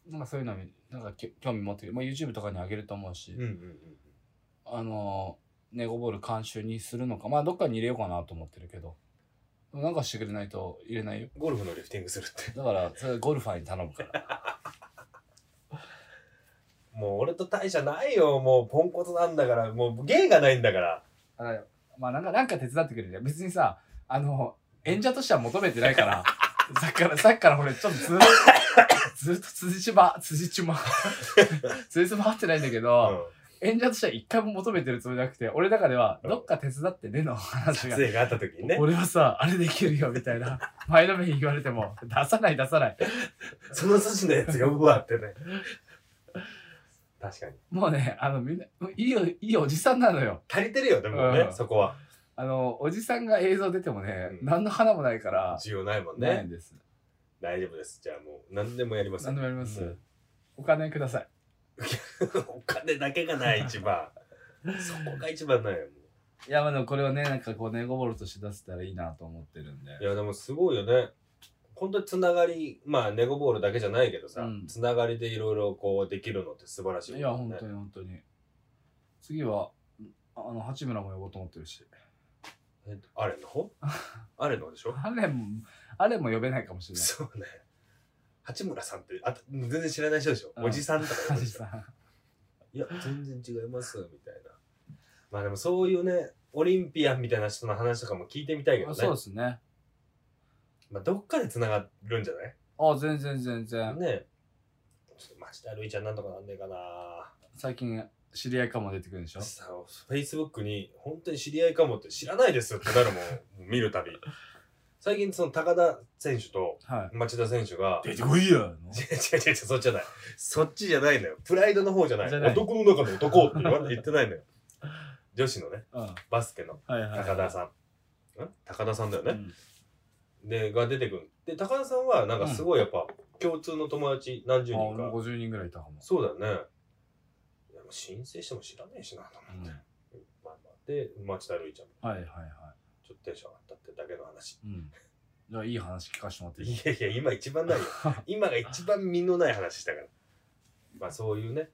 C: なんかそういうのになんかき興味持ってる、まあ、YouTube とかにあげると思うし、
B: うんうんうん。
C: あのネゴボール監修にするのかまあどっかに入れようかなと思ってるけどでもなんかしてくれないと入れないよ
B: ゴルフのリフティングするって。
C: だからそれはゴルファーに頼むから
B: もう俺と大差ないよ。もうポンコツなんだから、もう芸がないんだから。
C: だからまあなんか、なんか手伝ってくれるよ。別にさ、あの、演者としては求めてない
B: [LAUGHS]
C: から、さっきから、さっきから俺、ちょっとずっと、ずっと辻島、辻島、 [LAUGHS] 辻島合ってないんだけど、
B: う
C: 演者としては一回も求めてるつもりなくて、俺の中では、
B: うん
C: どっか手伝ってねの
B: ん。
C: 話
B: 撮
C: が。
B: 影があった時にね。
C: 俺はさ、あれできるよ、みたいな。前のめりに言われても、出さない、出さない。
B: その筋のやつ呼ぶわっ
C: [LAUGHS]
B: てね。確かに。
C: もうね、あの、みんな、いいよ、いいおじさんなのよ。
B: 足りてるよ、でもね
C: う、ん
B: そこは。
C: あの、おじさんが映像出てもね、
B: うん
C: 何の花もないから、
B: 需要ないもん
C: ない
B: ね
C: ん。です。
B: 大丈夫です。じゃあもう何でもやります
C: 何。でもやります、
B: うん
C: お金ください
B: お金だけがない、一番。 [LAUGHS] そこが一番ないよ。も
C: いやまあでもこれをねなんかこうネゴボールとして出せたらいいなと思ってるんで
B: ういや、でもすごいよね。本当につながり、まあ、ネゴボールだけじゃないけどさ
C: うん、
B: つながりでいろいろこうできるのって素晴らしいよ
C: い
B: ね。
C: や本当に本当に次はあの八村も呼ぼうと思ってるし
B: えっとあれ
C: [LAUGHS]
B: の方あれの方でしょ
C: あれもあれも呼べないかもしれない
B: そうね。八村さんって、あと全然知らない人でしょ。
C: うん
B: おじさんとか言う
C: お
B: で
C: じ
B: しょ
C: さん
B: いや、全然違います、みたいな。まあでもそういうね、オリンピアンみたいな人の話とかも聞いてみたいけど
C: あそうで
B: ね。
C: すね
B: まあどっかで繋がるんじゃない
C: あ全然全然
B: ねちょっとマジでルイちゃんなんとかなんねえかな
C: 最近知り合いかも出てくるんでしょ
B: さあ、フェイスブックに本当に知り合いかもって知らないですよってなるもん、もう見るたび。最近その高田選手と
C: はい
B: 町田選手が、
C: てこいやの
B: 違う違う違う、そっちじゃない。そっちじゃないのよ。プライドの方じゃない。
C: じゃない
B: 男の中の男って言われ言ってないのよ。女子のね、
C: うん
B: バスケの
C: はいはい
B: 高田さん。ん高田さんだよ
C: う
B: ね。
C: ん
B: で、が出てくる。で、高田さんはなんかすごいやっぱ共通の友達何十
C: あ
B: 人
C: 俺
B: か。
C: も50人ぐらいいたかも
B: そうだよね。いやもう申請しても知らねえしなと思って。まあまあ、で、町田瑠唯ちゃんも
C: はいはいは
B: ちょっとテンション上がったってだけの話。
C: いうんじゃあいい話聞かせてもらっていい
B: いやいや、今一番な
C: [LAUGHS]
B: いよ。今が一番身のない話したから。まあそういうね、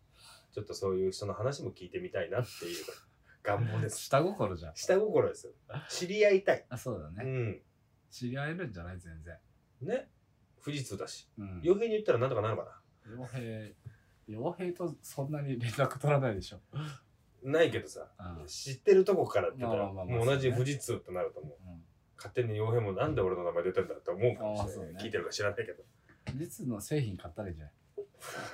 B: ちょっとそういう人の話も聞いてみたいなっていう
C: [LAUGHS]
B: 願望です。
C: 下心じゃん
B: 下心ですよ。知り合いたい。
C: あそうだね
B: うん。
C: 知り合えるんじゃない全然
B: ね富士通だし
C: うん
B: 傭兵に言ったらなんとかなるのか
C: 傭兵傭兵とそんなに連絡取らないでしょ、
B: なないけどさ
C: うん
B: 知ってるとこからって言ったら
C: まあまあまあ
B: もう同じ
C: そうね
B: 富士通ってなるともう
C: うん
B: 勝手に傭兵もなんで俺の名前出てんだって思うかもしれ
C: あ
B: ない、
C: ーそうね
B: 聞いてるか知らないけど
C: 実の製品買ったらいいんじゃない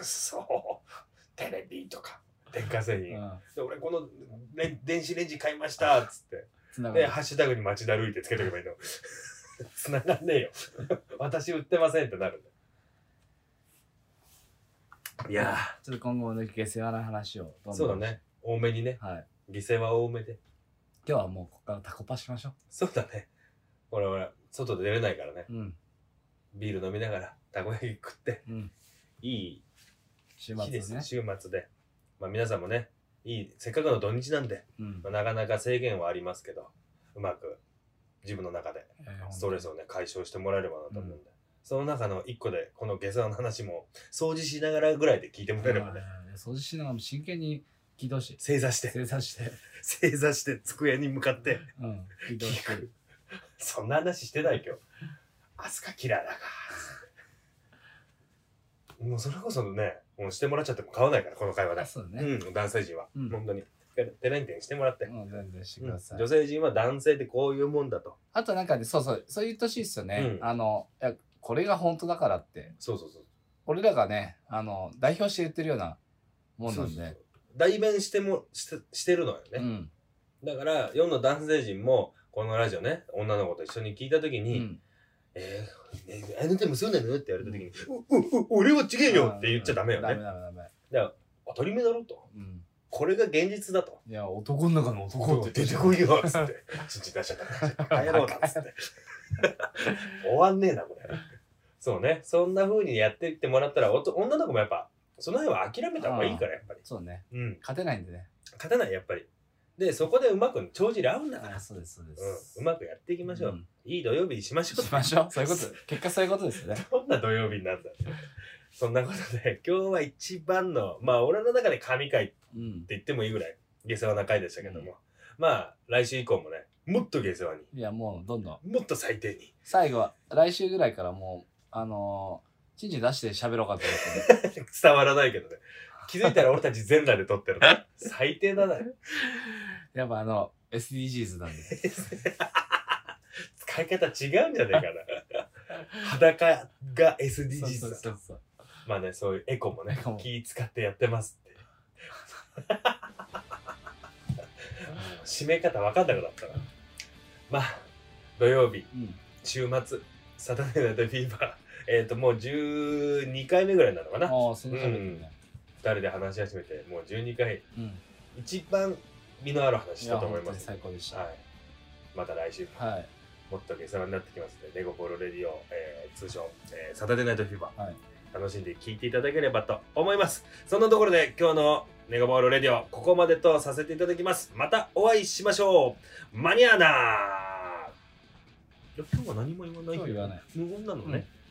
B: そうテレビとか電化製品、
C: うん
B: で俺このレン電子レンジ買いましたっつって
C: つなが
B: で、
C: る
B: ハッシュタグに街だるいてつけとけばいいの。 [LAUGHS] 繋がんねえよ。 [LAUGHS] 私売ってませんってなるんだよ。いや
C: ちょっと今後の下世話な話をどんど
B: ー、
C: ん
B: そうだね。多めにね。
C: はい
B: 犠牲は多めで。
C: 今日はもうここからタコパしましょ
B: そうだね。俺俺、外で出れないからね。
C: ううん
B: ビール飲みながら、たこ焼き食って、
C: うん
B: いい
C: 週
B: 日
C: 末
B: で、
C: ですすね
B: 週末で。まあ皆さんもね、いい、せっかくの土日なんで、
C: うん
B: まあ、なかなか制限はありますけど、うまく自分の中で
C: えー
B: ストレスをね解消してもらえればなと思うんで、その中の一個でこの下世話の話も掃除しながらぐらいで聞いてもらえればね、
C: うん掃除しながらも真剣に起動して
B: 正座して
C: 正座して、
B: 正座して机に向かって
C: うん、起動してる
B: そんな話してない今日飛鳥キララがもうそれこそねもうしてもらっちゃっても買わないからこの会話
C: あ
B: で、
C: そうだね、
B: うん男性陣は、
C: うん
B: 本当にペラインテンしてもらって、
C: もう全然してください、
B: 女性陣は男性ってこういうもんだと
C: あとなんかねそうそうそう言ってほしいっすよね、
B: うん
C: あのいやこれが本当だからって
B: そうそうそう
C: 俺らがねあの代表して言ってるようなもんなんで
B: そうそうそう代弁してもしてしてるのよ
C: う
B: ね、
C: ん
B: だから世の男性陣もこのラジオね女の子と一緒に聞いた時
C: う
B: に「
C: ん
B: えーねあなたもそうなの?」って言われた時に「ううう俺は違えよ」って言っちゃダメよ
C: ダメ
B: ね
C: ダメダメ
B: 当たり前だろと
C: うん
B: これが現実だと
C: いや男の中の男って
B: 出てこいよっつってちんちん出しちゃった
C: [LAUGHS]
B: から帰ろうかっつって終わんねえなこれそうねそんな風にやっていってもらったらおと女の子もやっぱその辺は諦めた方がいいからやっぱり
C: そうね
B: うん
C: 勝てないんでね
B: 勝てないやっぱりでそこでうまく帳尻合うんだから
C: あそうですそうで
B: う
C: す、
B: ん、うまくやっていきましょう、
C: ん
B: いい土曜日にしましょう
C: しましょうそういうこと結果そういうことですよね
B: どんな土曜日になるんだそんなことで今日は一番のまあ俺の中で神回って
C: うん
B: 言ってもいいぐらい下世話な回でしたけども、まあ来週以降もねもっと下世話に
C: いやもうどんどん
B: もっと最低に
C: 最後は来週ぐらいからもうあのー、チンチン出して喋ろうかと思ってね
B: 伝わらないけどね気づいたら俺たち全裸で撮ってるの最低だな
C: やっぱあの SDGs なんで
B: 使い方違うんじゃ
C: [LAUGHS]
B: ないかな裸が SDGs だ
C: そうそうそう
B: まあねそういうエコもね
C: エコも
B: 気使ってやってますって締め方分かんなくなったなまあ土曜日
C: うん
B: 週末サタデーナイトフィーバ [LAUGHS] ーえっ、ともう12回目ぐらいなのかな
C: ああその喋ってね
B: 2人で話し始めてもう12回
C: うん、
B: 一番実のある話
C: い
B: し
C: や
B: たと思
C: 本
B: い
C: 当
B: ま
C: に
B: す
C: 最高でした
B: は
C: はい
B: また来週も
C: い、
B: もっと下世話になってきますので、ネゴボロレディオ、えー通称、えーサタデーナイトフィーバー、
C: はい
B: 楽しんで聴いていただければと思います。そんなところで今日のネゴボロレディオ、ここまでとさせていただきます。またお会いしましょうマニアーナーいや今日は何も言わない
C: 今日言わない
B: 無言なのね。
C: うん